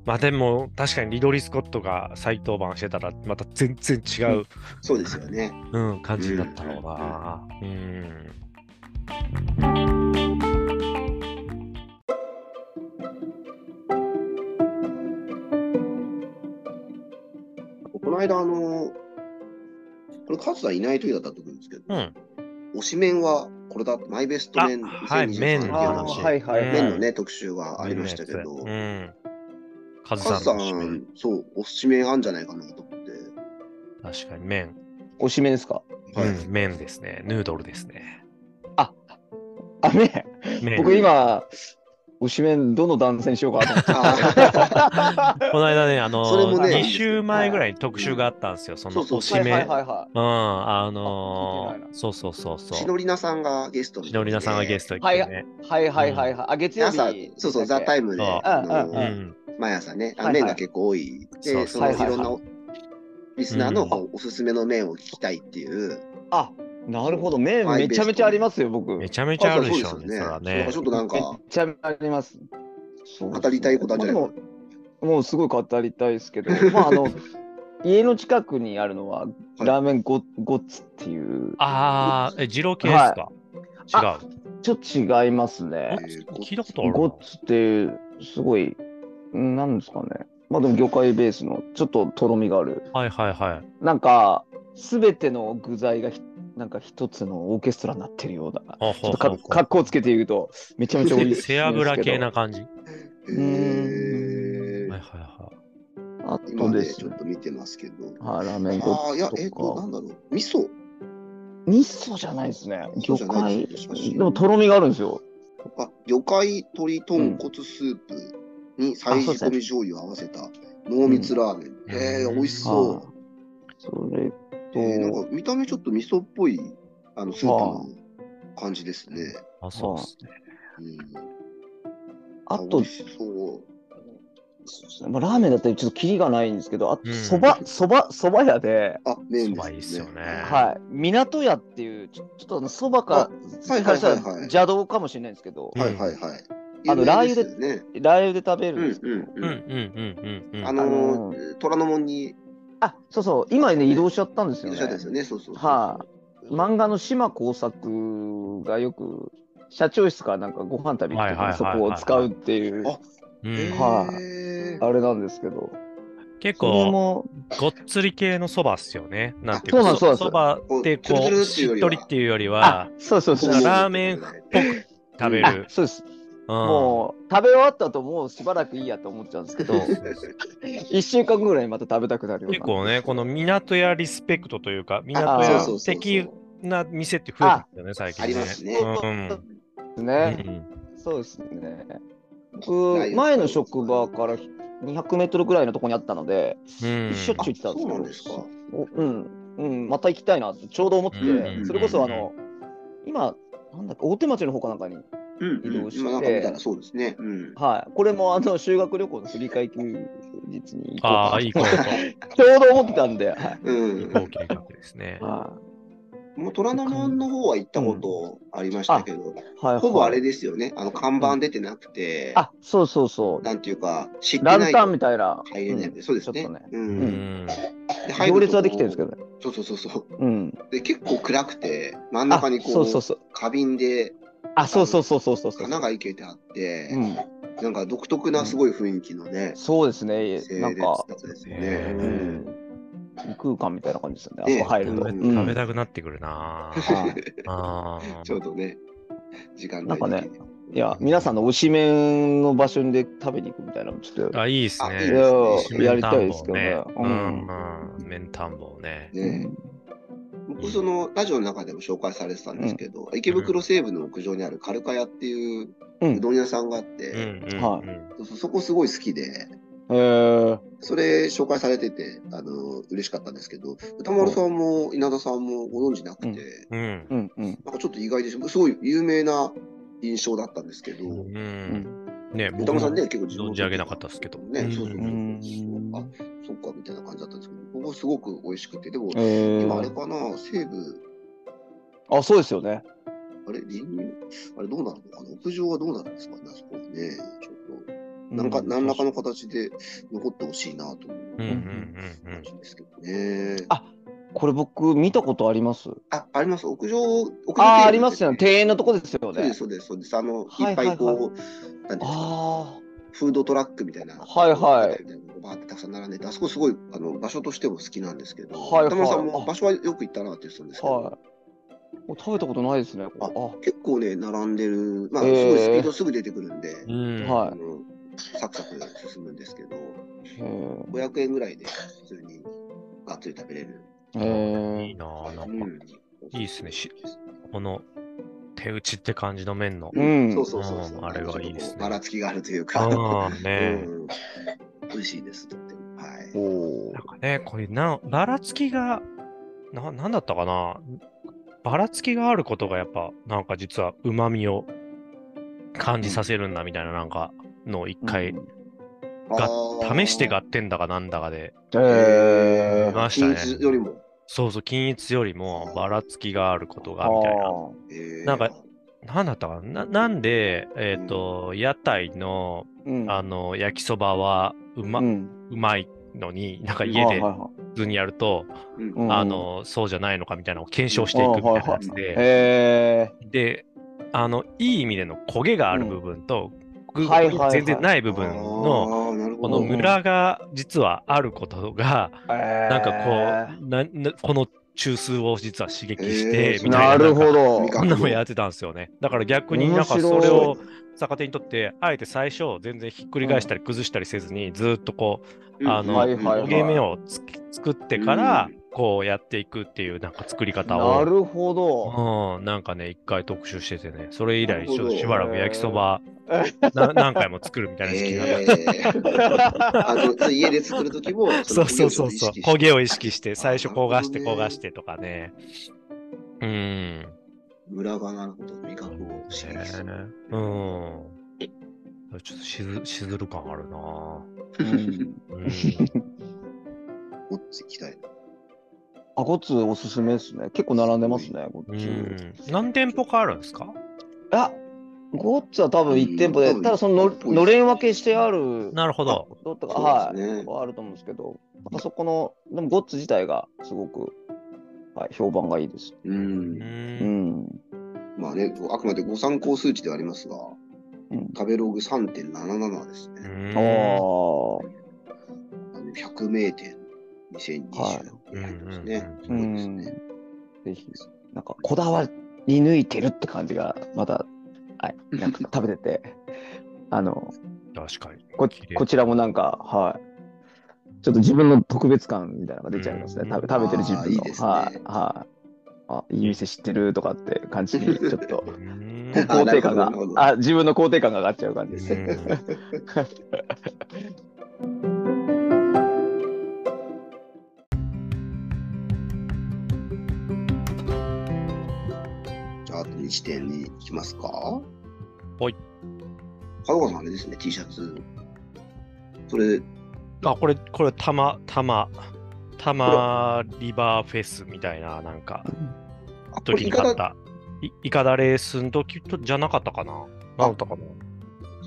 S3: まあでも、確かにリドリー・スコットが再登板してたら、また全然違う、
S1: そうですよね。
S3: うん感じになったろうな。うん。
S1: この間、あの、これ、カズさんいない時だったと思うんですけど、
S3: うん。
S1: 推しメンは、これだ、マイベストメン
S3: あはい
S1: 2023っていう
S2: ああ、
S1: 話、
S2: はいはい。
S1: メンのね、特集がありましたけど、
S3: うん。カズ
S1: カ
S3: さん
S1: ズさ
S3: の推しメン
S1: ん、そう、推しメンあんじゃないかなと思って。
S3: 確かに麺、
S2: おしめですか
S1: はい
S3: うん、麺ですね。ヌードルですね。
S2: あ、ね、
S3: 麺
S2: 僕今、おしめどの男性にしようかなと思ってた。
S3: [LAUGHS] この間ね、あの
S1: それもね
S3: 2週前ぐらいに特集があったんですよ、その
S1: そう
S3: 推
S1: そう
S3: し
S2: はいは
S3: 目。
S2: いはいは
S3: うん、あの
S2: あ聞いてないな
S3: ー、そうそうそうそ
S1: し
S3: う。
S1: のりなさんがゲストに来
S3: してのりなさんがゲストに来てね。
S2: い。はいはいはいはい。あ、月曜
S1: 朝
S2: 日。、
S1: そうそう、ザ・タイムで、
S3: そう
S1: あ
S2: うん
S1: の
S3: うん、
S1: 毎朝ね、あ
S2: はいはい
S1: 麺が結構多い。
S3: そ
S1: で、
S3: う
S1: そ
S3: そ
S1: の
S3: う
S2: はいいはい
S1: ろんなリスナーの
S3: うん
S1: こうおすすめの麺を聞きたいっていう。
S2: あ、なるほど。麺めちゃめちゃありますよ、僕。
S3: め
S2: めち
S3: ちゃめちゃあるでしょ
S1: そうう
S3: ね、
S1: です
S3: そ
S1: よ
S3: ら
S1: ね。そう
S3: ね
S1: かち。ょっとなんか、
S2: ゃめちゃあります。そう
S1: 語りたいことあるんじゃないか
S2: もうもうすごい語りたいです
S1: [LAUGHS]
S2: けど、まああの、家の近くにあるのは、ラーメンゴッゴッツっていう、
S3: ああ、え、二郎系ですか、
S2: は
S3: 違う。
S2: ちょっと違いますね。
S1: えー
S3: 聞いたことある
S2: ゴッツっていう、すごい、んなんですかね。まあでも魚介ベースの、ちょっととろみがある。
S3: はいはいはい。
S2: なんか、すべての具材がひ、なんか一つのオーケストラになってるような。
S3: あ
S2: ちょ
S3: ほ
S2: っと
S3: うほ
S2: か
S3: うほ
S2: 格好つけて言うと、めちゃめちゃ美味
S3: う
S2: しい。
S3: 背脂系。な感じ。は
S1: え
S2: う
S1: ー
S3: いはいはい。
S2: あ
S1: 今
S2: とで
S1: ね、
S2: す
S1: ちょ
S2: ね
S1: っ。と見てますけど。
S2: はい、ラーメン
S1: ああ、いや、えっと、な
S2: とか。
S1: んだろう。味噌
S2: 味噌じゃないですね。
S1: 味噌
S2: 魚
S1: じゃない
S2: 介
S1: で。す
S2: でも、とろみがあるんですよ。
S1: あ、魚介鶏豚骨スープに再仕込み醤油を合わせた濃密ラーメン。
S3: ん
S1: えー、
S3: うん
S1: 美味しそう。
S2: はいそれと、
S1: えーなんか見た目ちょっと味噌っぽいあのスープの感じですね。
S3: あ、そうですね。
S1: うん、
S2: あ
S1: 美
S2: と
S1: 味、しそう。
S2: そうですねまあ、ラーメンだったらちょっとキリがないんですけど、あ
S3: う
S2: と
S3: ん
S2: そば、そば、そば屋で、
S1: あ、麺
S3: そばいいっ
S1: ですす
S3: よ
S1: ね。
S3: ね
S2: はい、港屋っていう、ちょちょっとあのそばか
S1: あはいはいはいはい
S2: からしたら邪道かもしれないんですけど、
S3: うん
S1: はいはいはい。
S2: あのラー油で
S1: 有名すよね。
S2: ラー油で食べる
S1: うんん
S2: ですけど、
S1: うん
S3: うん
S1: うん。
S3: うんうんうんうん。
S1: あのー、虎ノ門に
S2: あそうそう、今ね、移動しちゃったんです
S1: い
S2: よ
S1: らっし
S2: ね。
S1: ゃったんですよね。そうそうそう。
S2: はい、漫画の島耕作がよく、社長室からなんかご飯食べに行く時
S3: はいはいはい
S2: にそこを使うっていう、
S1: あ
S3: うん
S1: へー
S2: はいあれなんですけど、
S3: 結
S2: それ
S3: 構
S2: も、
S3: ごっつり系のそばっすよね。なんてい
S2: そ
S3: うか、
S2: うなんそうなん
S3: そばってこ
S1: こう
S3: う、
S1: つ
S3: し
S1: る
S3: っ
S1: つ
S3: と
S1: る
S3: りっていうより
S2: あ
S3: は、
S2: そうそうそう
S3: な
S2: そ
S3: ん
S2: う
S3: か。ラーメン
S1: はい
S3: 食べ
S2: あ
S3: る。
S2: そうです、
S3: うん
S2: もう食べ終わった後もうしばらくいいやと思っちゃうんですけ
S3: [LAUGHS]
S2: ど1週間ぐらいまた食べたくなるような
S3: 結構ね、この港屋リスペクトというか、港
S2: あ
S1: そう
S2: ー
S1: そうそう
S3: 屋
S1: そう
S3: 的な店って増えてきたよね、最近
S1: あ
S3: ね。
S1: りますね。
S3: うん
S2: です
S3: う
S2: ね、
S3: ん。
S2: そうですね
S1: ない
S2: 僕
S1: よ
S2: 前の職場から200メートルぐらいのとこにあったので、
S3: うん
S2: しょっちゅう行ってたんですけど
S1: あそうなんですか
S2: おうん、うん、また行きたいなってちょうど思って、
S3: うん
S2: それこそあの今なんだっけ大手町の方かなんかに
S1: うん
S2: 移動
S1: うん。
S2: して
S1: 今なんか見たらそうですね。うん。
S2: はいこれもあの修学旅行の振り返り休日に行こうかな
S3: ああ、いいこと。い
S2: ちょうど思ってたんで、はい
S1: うん
S3: い好計画ですね。
S2: は
S1: もう虎ノ門の方は行ったことありましたけど、
S2: いはい
S1: ほぼあれですよね。あの看板出てなくて、
S2: あそうそうそう
S1: なんていうか、知って
S2: ラ
S1: な
S2: ン
S1: い
S2: タン
S1: と
S2: みたいな。
S1: 入れない。
S2: うん
S1: そうですね。
S2: ちょっとね
S1: う。
S3: うんん。
S1: で
S2: 行列はできてるんですけ
S1: ど。
S2: どね。
S1: そうそうそうそう。
S2: うん。
S1: で結構暗くて真ん中にこう
S2: そうそうそう。
S1: 花瓶で
S2: あ、そうそうそうそうそうそう。
S1: 花が生けてあって、
S2: うん。
S1: なんか独特なすごい雰囲気のね、
S2: そうですね。
S1: 整
S2: なん
S1: 列だ
S2: か
S1: っ、たですよね。
S3: え
S2: う
S3: ー
S1: うん
S2: ん。異空間みたいな感じですよね。
S1: ね
S2: あそこ入ると。
S1: うん
S2: うん
S3: 食べたくなってくるなぁ。
S2: はい
S3: あー
S1: ちょうどね、時間帯
S2: なんかね
S1: 的に
S2: いや、皆さんの推し麺の場所で食べに行くみたいなのもちょっと。
S3: あ、いいです
S1: あ
S2: い
S1: いい
S3: ね
S1: で。す
S2: や
S1: ね
S2: やりたいですけどね。
S3: う
S2: うんん。。
S3: うん麺探訪ね。
S1: ね、僕そのラジオの中でも紹介されてたんですけど、池袋西部の屋上にあるカルカ屋っていう
S2: う。
S1: うんどん屋さんがあっ
S3: うん
S1: て、
S3: うんうん
S2: は
S1: そうそうそこすごい好きで、
S2: えー
S1: それ紹介されてて、あの嬉しかったんですけど、歌丸さんも稲田さんもご存知なくて、
S2: うん
S3: うん。
S2: うんうん。
S1: なんかちょっと意外でした。すごい有名な印象だったんですけど、
S3: う。
S2: うんん。
S3: ね、
S1: 歌
S3: 僕
S1: 丸さ
S3: も
S1: んね、結構自分
S3: 存じ上げなかったですけど。
S1: ね、そうそうそうそうう。
S2: ん
S1: あ、そっか、みたいな感じだったんですけど、ここすごく美味しくて、でも、
S2: え
S1: 今あれ
S2: ー
S1: かな、西部、
S2: あ、そうですよね。
S1: あれ、リンあれどうなるのかな屋上はどうなるんですかね、あそこね。ちょっと、なんか、
S2: うん
S1: 何らかの形で残ってほしいなと思
S3: うんうん
S1: う
S3: うんう
S1: 感。
S3: ん
S1: じですけどね。
S2: あこれ僕見たことあります。
S1: あ、あります。屋上、屋上庭園
S2: ああ、ありますよね。
S1: です
S2: 庭園のとこですよ
S1: そうで
S2: ね
S1: す、。そうです、そうです。あの、
S2: は
S1: い
S2: い
S1: っぱいこう、なんていうんですか、
S2: あ
S1: フードトラックみたいな。
S2: はいはい
S1: みたいなのがバーってたくさん並んでて、あそこすごいあの場所としても好きなんですけど、
S2: はいはい
S1: 田村さんも場所はよく行ったなって言ってたんです
S2: あ、
S1: けど、
S2: はい。もう食べたことないですね。
S1: あ
S2: こ
S1: 結構ね、並んでる、まあ、
S2: え
S1: す
S2: ー
S1: ごいスピードすぐ出てくるんで、
S3: うん。
S2: はい
S1: あのサクサク進むんですけど、
S2: れあ、へ
S1: 500円ぐらいで普通にがっつり食べれる。
S2: え。へ
S3: いい
S2: え。
S3: なぁ。な
S1: うん
S3: か、
S1: ん
S3: いいっすねしこの手打ちって感じの麺の。
S2: うん
S1: そうそうそうそう
S3: うんあれはいいですね
S1: ばらつきがあるというか、
S3: ああ、ね
S1: うん美味しいです、とっても。はい。
S2: おお
S3: な。んかね、これな、ばらつきが、な、なんだったかな。ばらつきがあることがやっぱ、なんか実は旨味を感じさせるんだみたいな、なんか、の一回、が試して合点だかなんだかで、
S2: へえ。
S3: ましたね
S1: 均一よりも。
S3: そうそう、均一よりもばらつきがあることが、みたいな。
S1: えー
S3: なんかなんだったかな。ななんで、えっ、と、屋台の、
S2: うん。
S3: あの、焼きそばは、うま、
S2: う、
S3: うんまいのに、なんか
S1: うん
S3: 家
S2: はい
S3: で
S2: はいはい
S3: 普通にやると、
S1: うん
S2: うん
S3: あの、そうじゃないのかみたいなのを検証していくみたいなやつで、
S2: へ
S3: で、あの、いい意味での焦げがある部分と、
S2: んはいはいはい
S3: 全然ない部分の、
S1: あーなるほ
S3: こ
S1: ど
S3: のムラが実はあることが、
S2: え。な
S3: なんかこう、ななこの中枢を実は刺激し
S1: え、
S3: て
S1: ー
S3: みた
S2: な
S3: いな。
S2: るほど。
S1: なんか
S3: こんなもんやってたんですよね。だから逆になんか
S2: 面白
S3: そ
S2: い
S3: れを逆手にとって、あえて最初全然ひっくり返したり崩したりせずに、ずーっとこう、あの
S2: はいはい
S3: 焦
S2: はい
S3: げ目をつき作ってから
S1: う、
S3: こうやっていくっていうなんか作り方を。
S2: なるほど。
S3: うん、なんかね、一回特集しててね、それ以来、ちょ
S1: なる
S3: っ
S1: ほ
S3: と
S1: ど
S3: しばらく焼きそば
S2: え
S3: な何回も作るみたいな時期があって。
S1: えーあの家で作る時
S3: [LAUGHS]
S1: も
S3: そうそうそうそう、焦げを意
S1: して
S3: 識して、最初焦がして焦がしてとかね。うん。
S1: ムラがなるほど味覚を刺激する
S3: うん。ちょっとしずしずる感あるなぁ
S2: [LAUGHS] うん、
S3: うん、
S1: こっち行きたいな。
S2: あごつおすすめですね。結構並んでますね、ごっ
S3: う
S2: つ。
S3: ん、何店舗かあるんですか
S2: あごっつは多分1店舗で、
S1: うん
S2: ただそのののれん分けしてある、
S3: なるほど。
S2: どうとか、
S1: そ
S2: は
S1: う
S2: い、
S1: ですね。
S2: はあると思うんですけど、まあそこの、でもゴッツ自体がすごく、はい、評判がいいです。
S1: う。
S3: うん。
S2: うんん。
S1: まあね、あくまでご参考数値ではありますが、
S2: うん
S1: 食べログ3.77ですね。
S2: ああ、
S1: あの100名店
S2: は
S1: 2020
S3: う
S1: 年
S3: ん
S1: ですね。
S2: う
S1: そうです
S2: ん。
S1: ね
S2: ぜひ、なんか、こだわり抜いてるって感じが、また、はい、なんか食べてて、 [LAUGHS] あの、
S3: 確かに。
S2: こ
S3: 綺麗
S2: こちらもなんか、はい。ちょっと自分の特別感みたいなのが出ちゃいますね。
S3: うん
S2: 食べ食べてる自分
S1: あ
S2: の。
S1: ーいいですね
S2: はい。はい。あ、いい店知ってるとかって感じ
S1: [LAUGHS]
S2: に、ちょっと
S3: う。ん。
S1: あ
S2: 肯定感
S1: なるほどな
S2: が
S1: るほ、ど
S2: あ、自分の肯定感が上がっちゃう感じですね。
S1: じゃあ、あと1点に行きますか。はい角川さん、あれですね、T シャツ。それ、
S3: あ、これ、これ、たま、たま、たまリバーフェスみたいな、なんか、
S1: あ、これ、
S3: 時
S1: い
S3: に
S1: か
S3: 買っ
S1: だ、
S3: た。いいかだレースの時とじゃなかったかな。だったかな。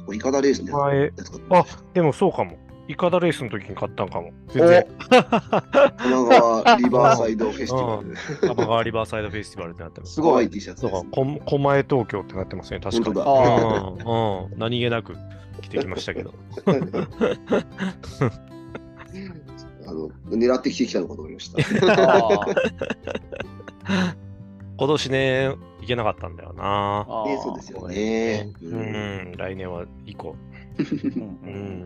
S1: これいかだレースね。
S3: 前、
S1: やつか
S3: あ、でもそうかも。イカダレースの時に買ったんかも。全然。
S1: 神奈川リバーサイドフェスティバル。
S3: 玉川リバーサイドフェスティバルってなっ
S1: [LAUGHS]
S3: てます。
S2: すごい
S1: 可愛い T シャツ
S3: そう
S1: で
S3: か
S1: す。、
S3: こん狛江東京ってなってますね、確かに。
S2: 本
S3: うんうん、何気なく着てきましたけど。
S1: [LAUGHS] あの狙ってきてきたのかと思いました。
S2: [LAUGHS] あー
S3: 今年ね、行けなかったんだよな。
S2: あー
S1: ね、そうですよね。
S3: う
S1: うん
S3: ん、来年は行こ
S2: う
S3: う。うんん、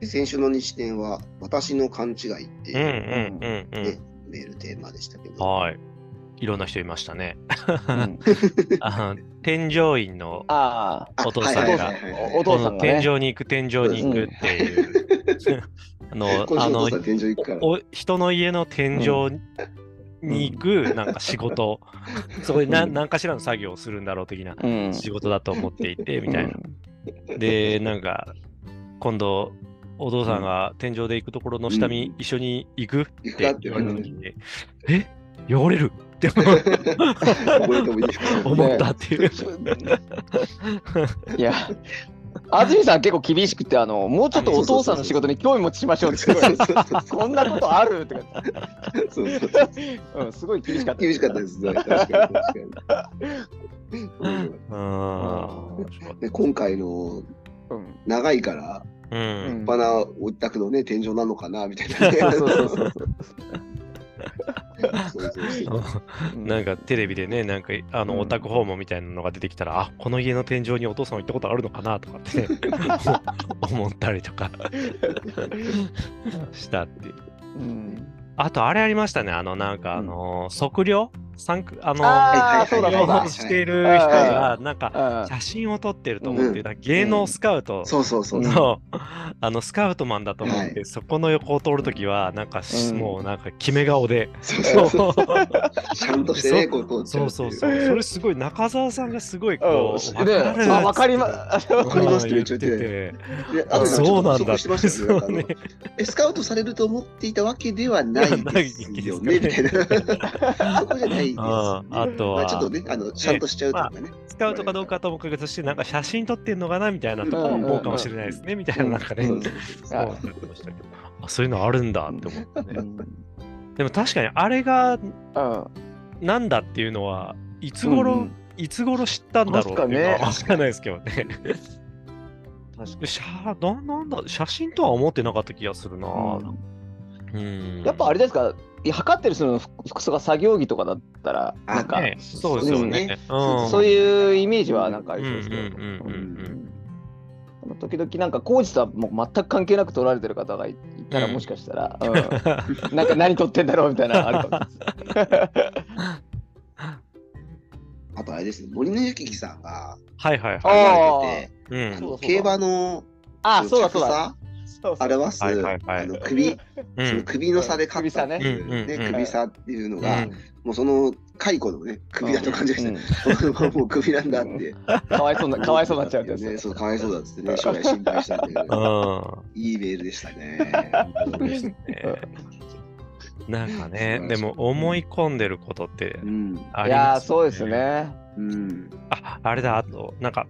S1: で先週の日点は、私の勘違いってい
S3: うん、う
S1: う、
S3: ん、うん、う
S1: ね
S3: ん。
S1: メールテーマでしたけど、
S3: はい。いろんな人いましたね。
S2: うん
S3: あ添乗員の
S2: あ
S1: あ
S3: お父さんが
S1: はいはいはいはい
S2: お父さんがね
S3: 天井に行く、天井に行くっていう。あの、
S1: 今
S3: [LAUGHS] あ
S1: 週のお
S3: の
S1: 父さん、天井行くから。
S3: お人の家の天井に行く、なんか仕事、そこで何
S2: うん
S3: 何かしらの作業をするんだろう的な
S2: あ、うん
S3: 仕事だと思っていて、みたいな。
S1: [LAUGHS]
S3: で、なんか、今度、お父さんが天井で行くところの下見、
S1: うん
S3: 一緒に行くっ
S1: 行くか
S3: て
S1: って
S3: 言
S1: 言
S3: わ
S1: わ
S3: れ
S1: れた時
S3: た時に、え汚れるって思う
S1: 覚えてもいいから
S3: 思ったっていう。
S2: いや、安住さん結構厳しくて、あの、もうちょっとお父さんの仕事に興味持ちましょうってすごい
S1: そうそうそうそう
S2: こんなことあるとか言っ
S1: そうそうそう
S2: て、うん、すごい厳しかった。
S1: 厳しかったですね。確かに確かに。うん
S3: うん面白かっ
S1: で今回の [LAUGHS]
S2: うん。
S1: 長いから、
S3: た。うん。
S1: バナーお宅のね、天井なのかなみたいな、
S2: そうそうそうそうそう。
S1: 想像してた
S2: うん
S3: なんかテレビでね、なんかあの
S2: うん
S3: オタク訪問みたいなのが出てきたら、あこの家の天井にお父さんは行ったことあるのかなと
S1: [LAUGHS]
S3: かってね、思ったりとかしたっていう。
S2: うん
S3: あとあれありましたね、あのなんかあのー測量参加あのー
S2: ああ、
S1: は
S2: そ
S1: いう
S2: だ
S1: はい
S2: そう
S1: は
S2: だ
S1: い。
S3: してる人がなん
S2: う
S3: か
S2: ん
S3: 写真を撮ってると思って、なんか芸能スカウト
S1: そうそうそう。
S3: のあのスカウトマンだと思っ
S1: は
S3: て、そこの横を通るときはなんかし
S2: うん
S3: もうなんか決め顔
S2: [LAUGHS]
S3: で。
S1: そうそうそう。
S3: そう
S1: ちゃんとしてね、こう、こう。
S3: そうそうそう。それすごい、中澤さんがすごいこう、
S2: うん。で、あわかりま
S1: わかりますって言っ
S3: 言っ
S1: てて
S3: て
S1: て。
S3: あそうなんだ。
S1: してました
S3: そ
S1: よ
S3: う
S1: ね
S3: ね。
S1: えスカウトされると思っていたわけではないですよね、みたいな。
S2: [LAUGHS]
S1: そこじゃないです。
S3: うん
S1: ま
S3: あと
S1: あ、ちょっと
S3: は、
S1: ね、あの、ちゃんとしちゃうというかね。
S3: 使うとかどうかともかけとして、なんか写真撮ってんのかなみたいなとかも思うかもしれないですね、みたいな、なんかね。
S1: そ
S3: そうう
S1: そうそ
S2: あ
S1: う
S3: 思ってましたけどあそういうのあるんだって思って
S2: う
S3: ね。
S2: ん
S3: でも確かに、あれが
S2: うん
S3: なんだっていうのは、いつ頃、
S2: うん
S3: いつ頃知ったんだろうっていうのはわ
S2: 確
S3: かんないですけどね。
S2: 確
S3: [LAUGHS]
S2: か
S3: 写ななんだ写真とは思ってなかった気がするな。
S2: に。
S3: うん
S2: やっぱあれですか、測ってる人の服服装が作業着とかだったら、
S1: あ
S2: なんか、
S3: ね、そうですよね。
S1: うん
S2: そう
S3: う
S2: いうイメージはなんかありそうですけど
S3: うんうんうんうん
S2: うん時々なんか工事とはもう全く関係なく撮られてる方がいいたら、
S3: うん
S2: もしかしたら、うんなんか何撮ってんだろうみたいなのあるかもしれないです。
S1: あとあれですね、森のゆきさんが
S3: [LAUGHS] はいはいは
S2: あ
S3: い。
S1: 言われてて、
S3: う
S1: あ
S3: ん
S1: の競馬の
S2: あ、そうだそうだ。
S1: だ。
S2: そうそう
S1: 表す、
S3: はいはいはい
S1: あの首、
S3: う
S1: その
S3: ん。
S1: 首の差で勝ったっていう、
S3: うん
S1: ね
S3: うんうん
S1: 首差っていうの
S3: う
S1: が、
S3: ん
S1: もうその蚕のね、首だと感じがして、もう首なんだって。
S2: かわいそうな、かわいそうになっちゃうんです
S1: ね。そう、かわいそうだっつってね、将来心配したんだ
S2: [LAUGHS]
S1: け
S3: う
S1: ど、いいメールでしたね。
S3: ん。そうですねなんかね、でも思い込んでることって
S1: うん。
S3: あ
S2: い
S3: り
S2: やー、
S3: ます
S2: そうです。ね。
S1: うん。
S3: あ、あれだ、あと、なんか、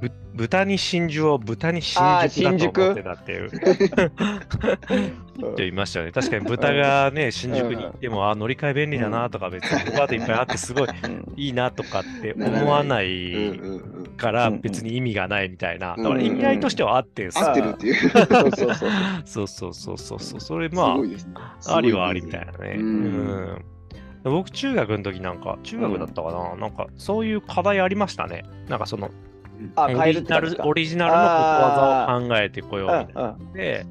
S3: ぶ豚に真珠を豚に真
S2: あー
S3: 珠だと思って
S2: 新宿
S3: たっていう。って言いましたよね。確かに豚がね、新宿に行っても、あ、乗り換え便利だなとか、別にバーでいっぱいあって、すごい
S2: うん
S3: いいなとかって
S1: ならない
S3: 思わな
S1: うん
S3: い
S1: うんうん。
S3: から、
S2: うんうん
S3: 別に意味がないみたいな。
S1: うん
S3: だから意味合いとしてはあってんすよ
S1: 合ってるっていう。
S2: そうそうそう。
S3: そうそう [LAUGHS] そうそうそう。それ
S1: す
S3: ま
S1: ごいですね
S3: あ、ありはありみたいなね。
S1: う
S3: うんん。僕、中学の時なんか、中学だったかな、なんか、そういう課題ありましたね。なんか、その、
S2: あ、
S3: [LAUGHS] オ
S2: カエル
S3: リ
S2: っ
S3: ジ
S2: て
S3: ナ
S2: 感じ
S3: ル
S2: か。
S3: オリジナルのことわざを考えてこようみたいな。で、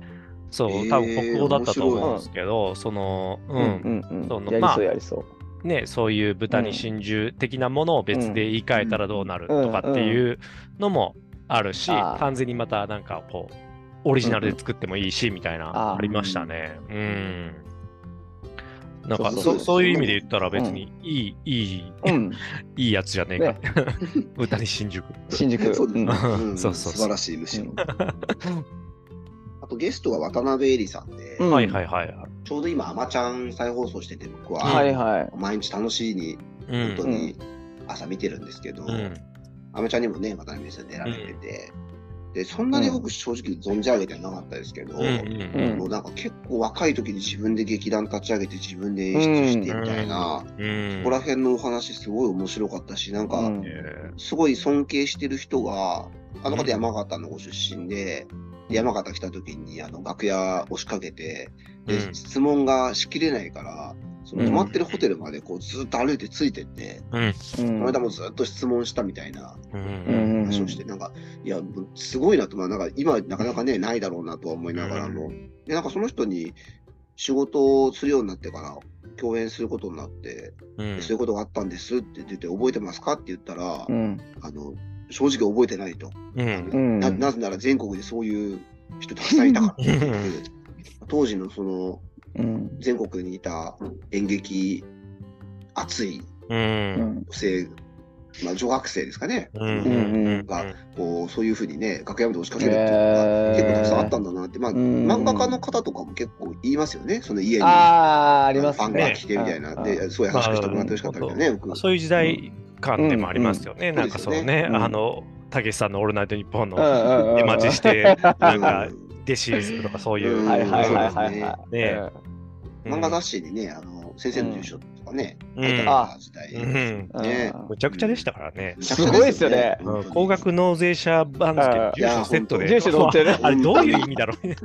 S3: そう、多分国語だったと思うんですけど、その、
S2: う
S3: うんん、
S2: うん
S3: そ
S2: うん。
S3: の
S2: やり
S3: まあ
S2: そうやりそう。
S3: ね、そういう豚に真珠的なものを別で言い換えたらどうなるとかっていうのもあるし、
S2: うんうんうん
S3: 完全にまたなんかこう、オリジナルで作ってもいいしみたい
S2: あ
S3: な、
S2: ー
S3: ありましたね。うん。なんか
S2: そう
S1: そう
S3: そそういう意味で言ったら別にいい、いい、
S2: うん。
S3: いいやつじゃねえか。 [LAUGHS] 豚に真珠。
S2: 新
S1: [LAUGHS]
S2: 宿。
S1: そうですね
S3: う。ん
S1: ん
S3: そうそうそう
S1: 素晴らしい、むしろ。あとゲストが渡辺恵里さんで、
S2: うん
S3: はいはいはい。
S1: ちょうど今、アマちゃん再放送してて、僕は、
S2: はいはい。
S1: 毎日楽しいに、
S3: う
S1: 本当
S3: ん。
S1: に朝見てるんですけど、
S3: うん。
S1: アマちゃんにもね、渡辺さん出られてて、で、そんなに僕、正直存じ上げてなかったですけど、
S3: うんうん
S1: もうなんか結構若い時に自分で劇団立ち上げて自分で演出してみたいな、
S3: うん。
S1: ここら辺のお話すごい面白かったし、なん
S2: う
S1: か
S2: ん
S3: え
S1: すごい尊敬してる人が、あの方山形のご出身で、で山形来た時にあの楽屋押しかけて、で
S3: うん
S1: 質問がしきれないから、その泊まってるホテルまでこうずっと歩いてついてって、
S2: うん
S1: この間もずっと質問したみたいな
S3: ーうん
S2: うん
S1: 話をして、なんか、いや、もうすごいなと、まあ、なんか今、なかなかね、ないだろうなとは思いながらも、で、なんかその人に仕事をするようになってから、共演することになって、
S3: うん
S1: そういうことがあったんですって言って、覚えてますかって言ったら、
S2: うん
S1: あの正直覚えてないと、
S3: うん
S2: うん
S1: な。なぜなら全国でそういう人たくさんいたから。
S3: うん
S1: [LAUGHS] 当時のその
S2: うん
S1: 全国にいた演劇熱い
S3: うん
S2: うん
S1: 女性、まあ、女学生ですかね、
S3: うん
S1: がこうそういうふうにね楽屋まで押しかけるっていうのが
S2: へー
S1: 結構たくさんあったんだなって、まあ、
S2: うん
S1: 漫画家の方とかも結構言いますよねその家にあ
S2: あー、あり
S1: の
S2: ま
S1: ファ
S2: す
S1: ンが
S2: ね。
S1: 来てみたいな、
S2: あ
S1: でそう優しくしてもらってほしかったみたいなね、僕
S3: そういう時代感でもありますよね。
S1: ん
S3: なんかそうね、
S2: うん
S3: あの、たけしさんのオールナイトニッポン
S2: うんう
S3: の
S2: んうん
S3: 出待ちして、なんか
S1: う、
S3: 弟子にするとかそうい
S1: うん
S3: う。
S2: はいはいはい
S1: そう
S2: は
S1: です
S2: い
S1: ね
S2: はい。
S3: ねうん
S1: 漫画雑誌にね、あの先生の住所とかね、
S3: うん
S1: 書いてあった時代
S3: う
S1: ですね
S3: ん。
S1: ね
S2: うん
S3: むちゃくちゃでしたからね。
S1: めちゃくちゃ
S2: すごいですよね
S1: 本当に
S3: 高額納税者番付の住所セットで。
S2: 住所乗ってる。
S3: [LAUGHS] あれどういう意味だろうね。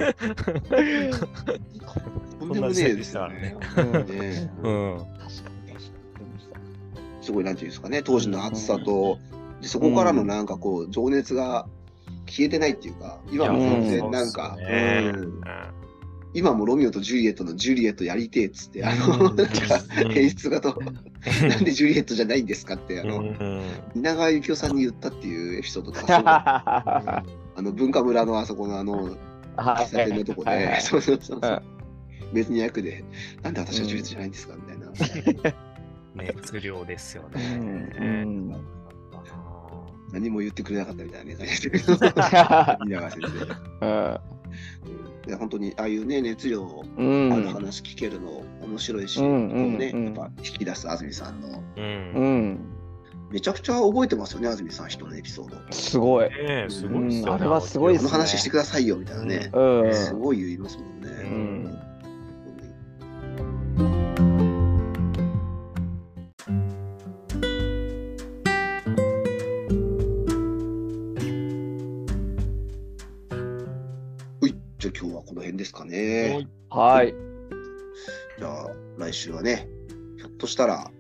S1: とんでもねえですよね。ね
S3: うん。
S1: すごい、なんていうんですかね、当時の暑さと、でそこからのなんかこう、情熱が消えてないっていうか、今も全然なんか、
S3: いやそうっすね
S1: うん今もロミオとジュリエットのジュリエットやりてえっつって、あの、
S2: [LAUGHS]
S3: うん
S1: なんか
S3: うん
S1: 演出家と、なんでジュリエットじゃないんですかって、あ
S3: う
S1: の、
S3: ん
S1: 稲川幸雄さんに言ったっていうエピソードとか、そうだ
S3: [LAUGHS]
S2: は
S1: あの、文化村のあそこのあの、喫茶店のとこ
S2: はいは
S1: で、
S2: い
S1: そうそうそうそう
S2: うん
S1: 別に役で、なんで私は中立じゃないんですかみたいな。
S3: 熱量ですよ
S2: い
S3: ね。
S2: うん
S1: 何も言ってくれなかったみたいなね、
S2: [LAUGHS]
S1: 稲川先生。で本当に、ああいうね、熱量の
S2: う
S1: あ
S2: ん
S1: る話聞けるの面白いし、
S2: うんうん
S1: こう
S2: うん
S1: ね、やっぱ引き出す安住さんの、
S3: うん
S2: う。ん。
S1: めちゃくちゃ覚えてますよね、安住さん、人のエピソード。
S2: すごい。
S3: ねえ、すごいっすよね、
S2: うんあれはすごいっ
S1: あ
S2: す
S1: の
S2: ね
S1: 話してくださいよみたいなね、
S2: うん。
S1: すごい言いますもんね。
S2: うん
S1: ほいじゃあ今日はこの辺ですかね。
S2: はい。
S1: じゃあ来週はね、ひょっとしたら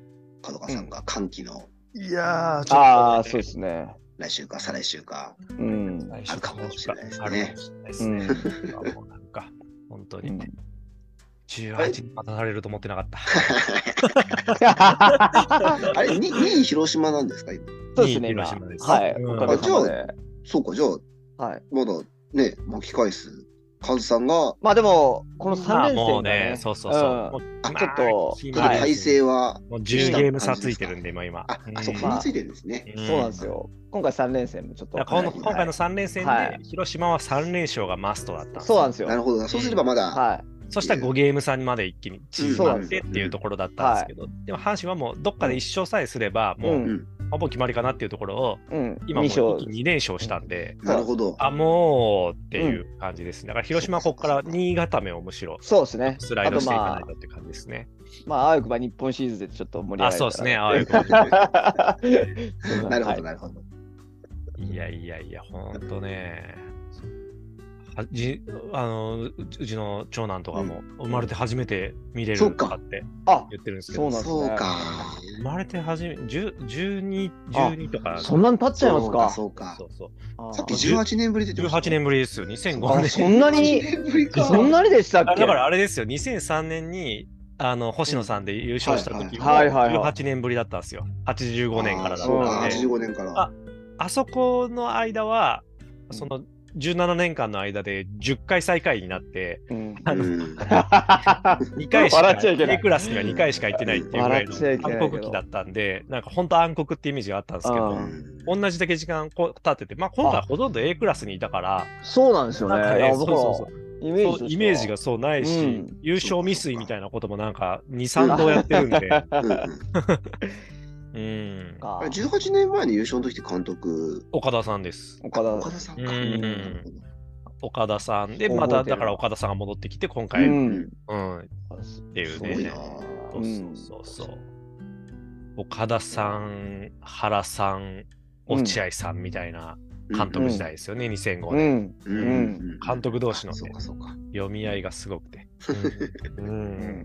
S1: 角川さんが歓喜の
S3: いやー、ちょっと、
S2: ああ、そうですね。
S1: 来週か再来週
S2: [LAUGHS]
S1: か、
S2: うん。
S3: 来
S1: あるかもしれないですね
S3: ですね。もうなんか、本当に。18に待たされると思ってなかった。
S1: あれ、2位広島なんですか、今。
S2: そうですね、
S3: いい
S2: 今。
S3: 広島です
S2: はい。
S3: うん
S2: おかげさまで。
S1: そうか、じゃあ、
S2: はい。
S1: まだね、巻き返すカズさんが、
S2: まあでも、この
S3: ま
S2: 3
S3: あ
S2: 連
S3: も
S2: 戦
S3: う
S2: が
S3: ね、そうそうそう。もう
S1: あ
S3: ま
S2: ちょっと
S3: 気
S1: ちょ
S3: ま
S1: っと
S3: ずい
S1: 体勢は、
S3: もう10ゲーム差ついてるんで、今今。
S1: あ、あ、そう、
S3: ん
S1: かみついてるんですね。
S2: そうなんですよ。今回3連戦もちょっと
S3: だ。からこの
S1: はい
S3: 今回の3連戦
S2: は
S3: で、広島は3連勝がマストだったんです
S2: そうなんです
S1: な
S2: よ。
S1: るほどな。そうすればまだ、
S2: は
S3: そしたら5ゲーム差にまで一気に縮まってっていうところだったんですけど、でも阪神はもうどっかで1勝さえすれば、
S2: い。
S3: もう、
S1: ん
S3: ほぼ決まりかなっていうところを、
S2: うん。うん。
S3: 今もう
S2: 2勝
S3: 一気に2連勝したんで、
S1: なるほど。
S3: あ、もうっていう感じですね。だから広島はここから新潟目をむしろ
S2: そうですね。
S3: スライドしていかないとっていう感じですね。
S2: あとまあ、まあ、あわよくば日本シリーズでちょっと盛り
S3: あ、
S2: 上が
S3: そう
S2: る
S3: で
S2: か
S3: す
S2: ら
S3: ね。。ああいうこと
S2: [LAUGHS] そ
S1: [LAUGHS]
S2: う
S1: なるほ
S2: は
S1: ど、
S2: い
S1: なるほど。
S3: いやいやいや、ほんとね。はじあのううちの長男とかも生まれて初めて見れる
S1: そう
S3: と
S1: か
S3: かって
S2: あ
S3: 言ってるんですけ
S2: そ
S3: ど、
S2: うなんですね
S1: そうか。
S3: 生まれて初め10 12、
S2: あ
S3: 12とか、
S2: そんなに経っちゃいますか。
S1: そうか。
S3: そうそう
S2: あ
S1: さっき18年ぶりでてました
S3: 18年ぶりですよ、2005
S2: あ
S3: 年。
S2: そんなに、
S1: 18年ぶりか。
S2: そんなにでしたっ
S3: あ
S2: け
S3: だからあれですよ、2003年にあの星野さんで優勝した時も
S2: はいはいはいはい
S3: 18年ぶりだったんですよ、85年からだっ
S1: そう
S3: た
S1: か、
S3: んで、
S1: 85年から。
S3: ああそこの間は、その17年間の間で10回最下位になって、
S2: うん
S3: あの
S1: うん
S3: 2回しか、
S2: 笑っちゃいけない
S3: A クラスには2回しか行ってないっていうぐらいの
S2: 笑っちゃいけないけど
S3: 暗黒期だったんで、なんか本当暗黒ってイメージがあったんですけ
S2: う
S3: ど
S2: ん。
S3: 同じだけ時間こう経ってて、まあ、今回ほとんど A クラスにいたから、
S2: [LAUGHS] そうなんですよね。
S3: なんか
S2: い
S3: ね、
S2: や
S3: そう
S2: 僕
S3: そう
S2: ら
S3: そう、
S2: イメージとし
S3: そう
S2: て
S3: イ
S2: は
S3: メージがそうないし、
S2: うん
S3: 優勝未遂みたいなこともなんか2、3度やってるんで、
S1: うんうん
S3: うん、
S1: あ
S2: か
S1: れ18年前に優勝の時って監督、
S3: 岡田さんです。
S2: [LAUGHS] 岡田
S1: 岡田さんか。
S3: うん
S2: うん
S1: なるほど
S3: 岡田さんで、
S2: 覚え
S3: ま
S2: てる
S3: ただから岡田さんが戻ってきて、今回、
S2: う
S3: うん、
S2: ん、
S3: っていう
S1: すごいな
S3: ね。そう
S2: うん
S3: そうそうそう。岡田さん、原さん、落合さんみたいな監督時代ですよね、2005
S2: う
S3: 年。
S2: ん、
S1: うん
S2: うん
S1: うん
S3: 監督同士のね
S1: そうかそうか。
S3: 読み合いがすごくて。うん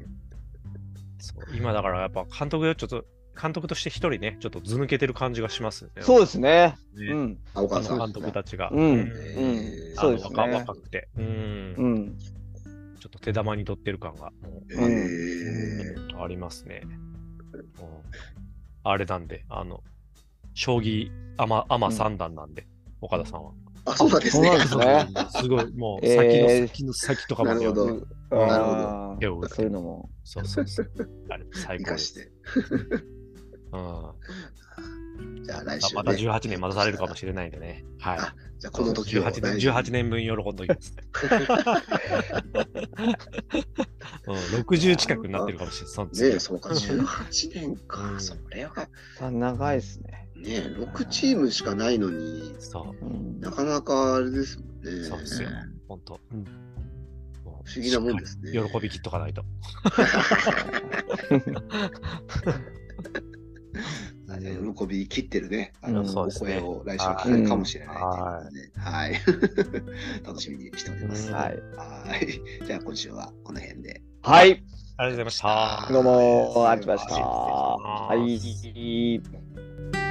S3: そう今だからやっぱ監督よちょっと監督として一人ねちょっとず抜けてる感じがしますね。
S2: そうですね。
S3: ね
S2: うん、
S1: あ、岡
S3: あ
S1: 田さ
S3: の
S1: ん。
S3: 監督たちが。
S2: うん
S1: え
S2: うん
S1: ー、
S2: そうです
S3: あの若
S2: ね。
S3: 若くて、うん
S2: うん、
S3: ちょっと手玉に取ってる感が、
S1: え
S2: うん
S1: ー
S3: うんありますね。うんあれなんであの将棋アマアマ三段なんで、岡田さんは。
S1: あ、そうなんですね
S2: そう。なんですね。
S3: すごいもう
S2: えー
S3: 先の先の先とかま
S1: な
S3: で
S1: るほど
S2: う
S1: な
S2: ん
S1: るほど
S2: あー
S3: 手を打って
S2: そういうのも。
S3: そうそ
S1: [LAUGHS]
S3: うそう。あれ最
S1: 生
S3: 高で
S1: かし
S3: す。
S1: て。
S3: うん
S1: じゃあ来週、ね。
S3: また18年待たされるかもしれないんでね。はい。
S1: あじゃあこの時を
S3: 18年
S1: 大事に
S3: ,18 年分喜んど
S1: [LAUGHS]
S3: きます。うん、60近くになってるかもしれない。その次
S1: ねえ、そうか、18年
S3: う
S1: か。
S3: ん
S1: それは、
S2: あ長いですね。
S1: ねえ、6チームしかないのに、
S3: そう、
S2: うん
S1: なかなかあれですもんね。
S3: そうですよ。本当。うん、もう
S1: 不思議なもんですね
S3: しっかり喜びきっとかないと。
S1: あじゃあ喜び切ってるね、あ
S2: う
S1: の、
S2: ん
S3: そう
S1: お
S3: ですね
S1: 声を来週聞けるかもしれないっていうことで、はい。 [LAUGHS] 楽しみにしております。
S3: うん
S2: はい。
S1: はい。じゃあ今週はこの辺で。
S2: はい、
S3: ありがとうございました。
S2: どうも、ありがとうございまし
S1: 失
S2: た。はい。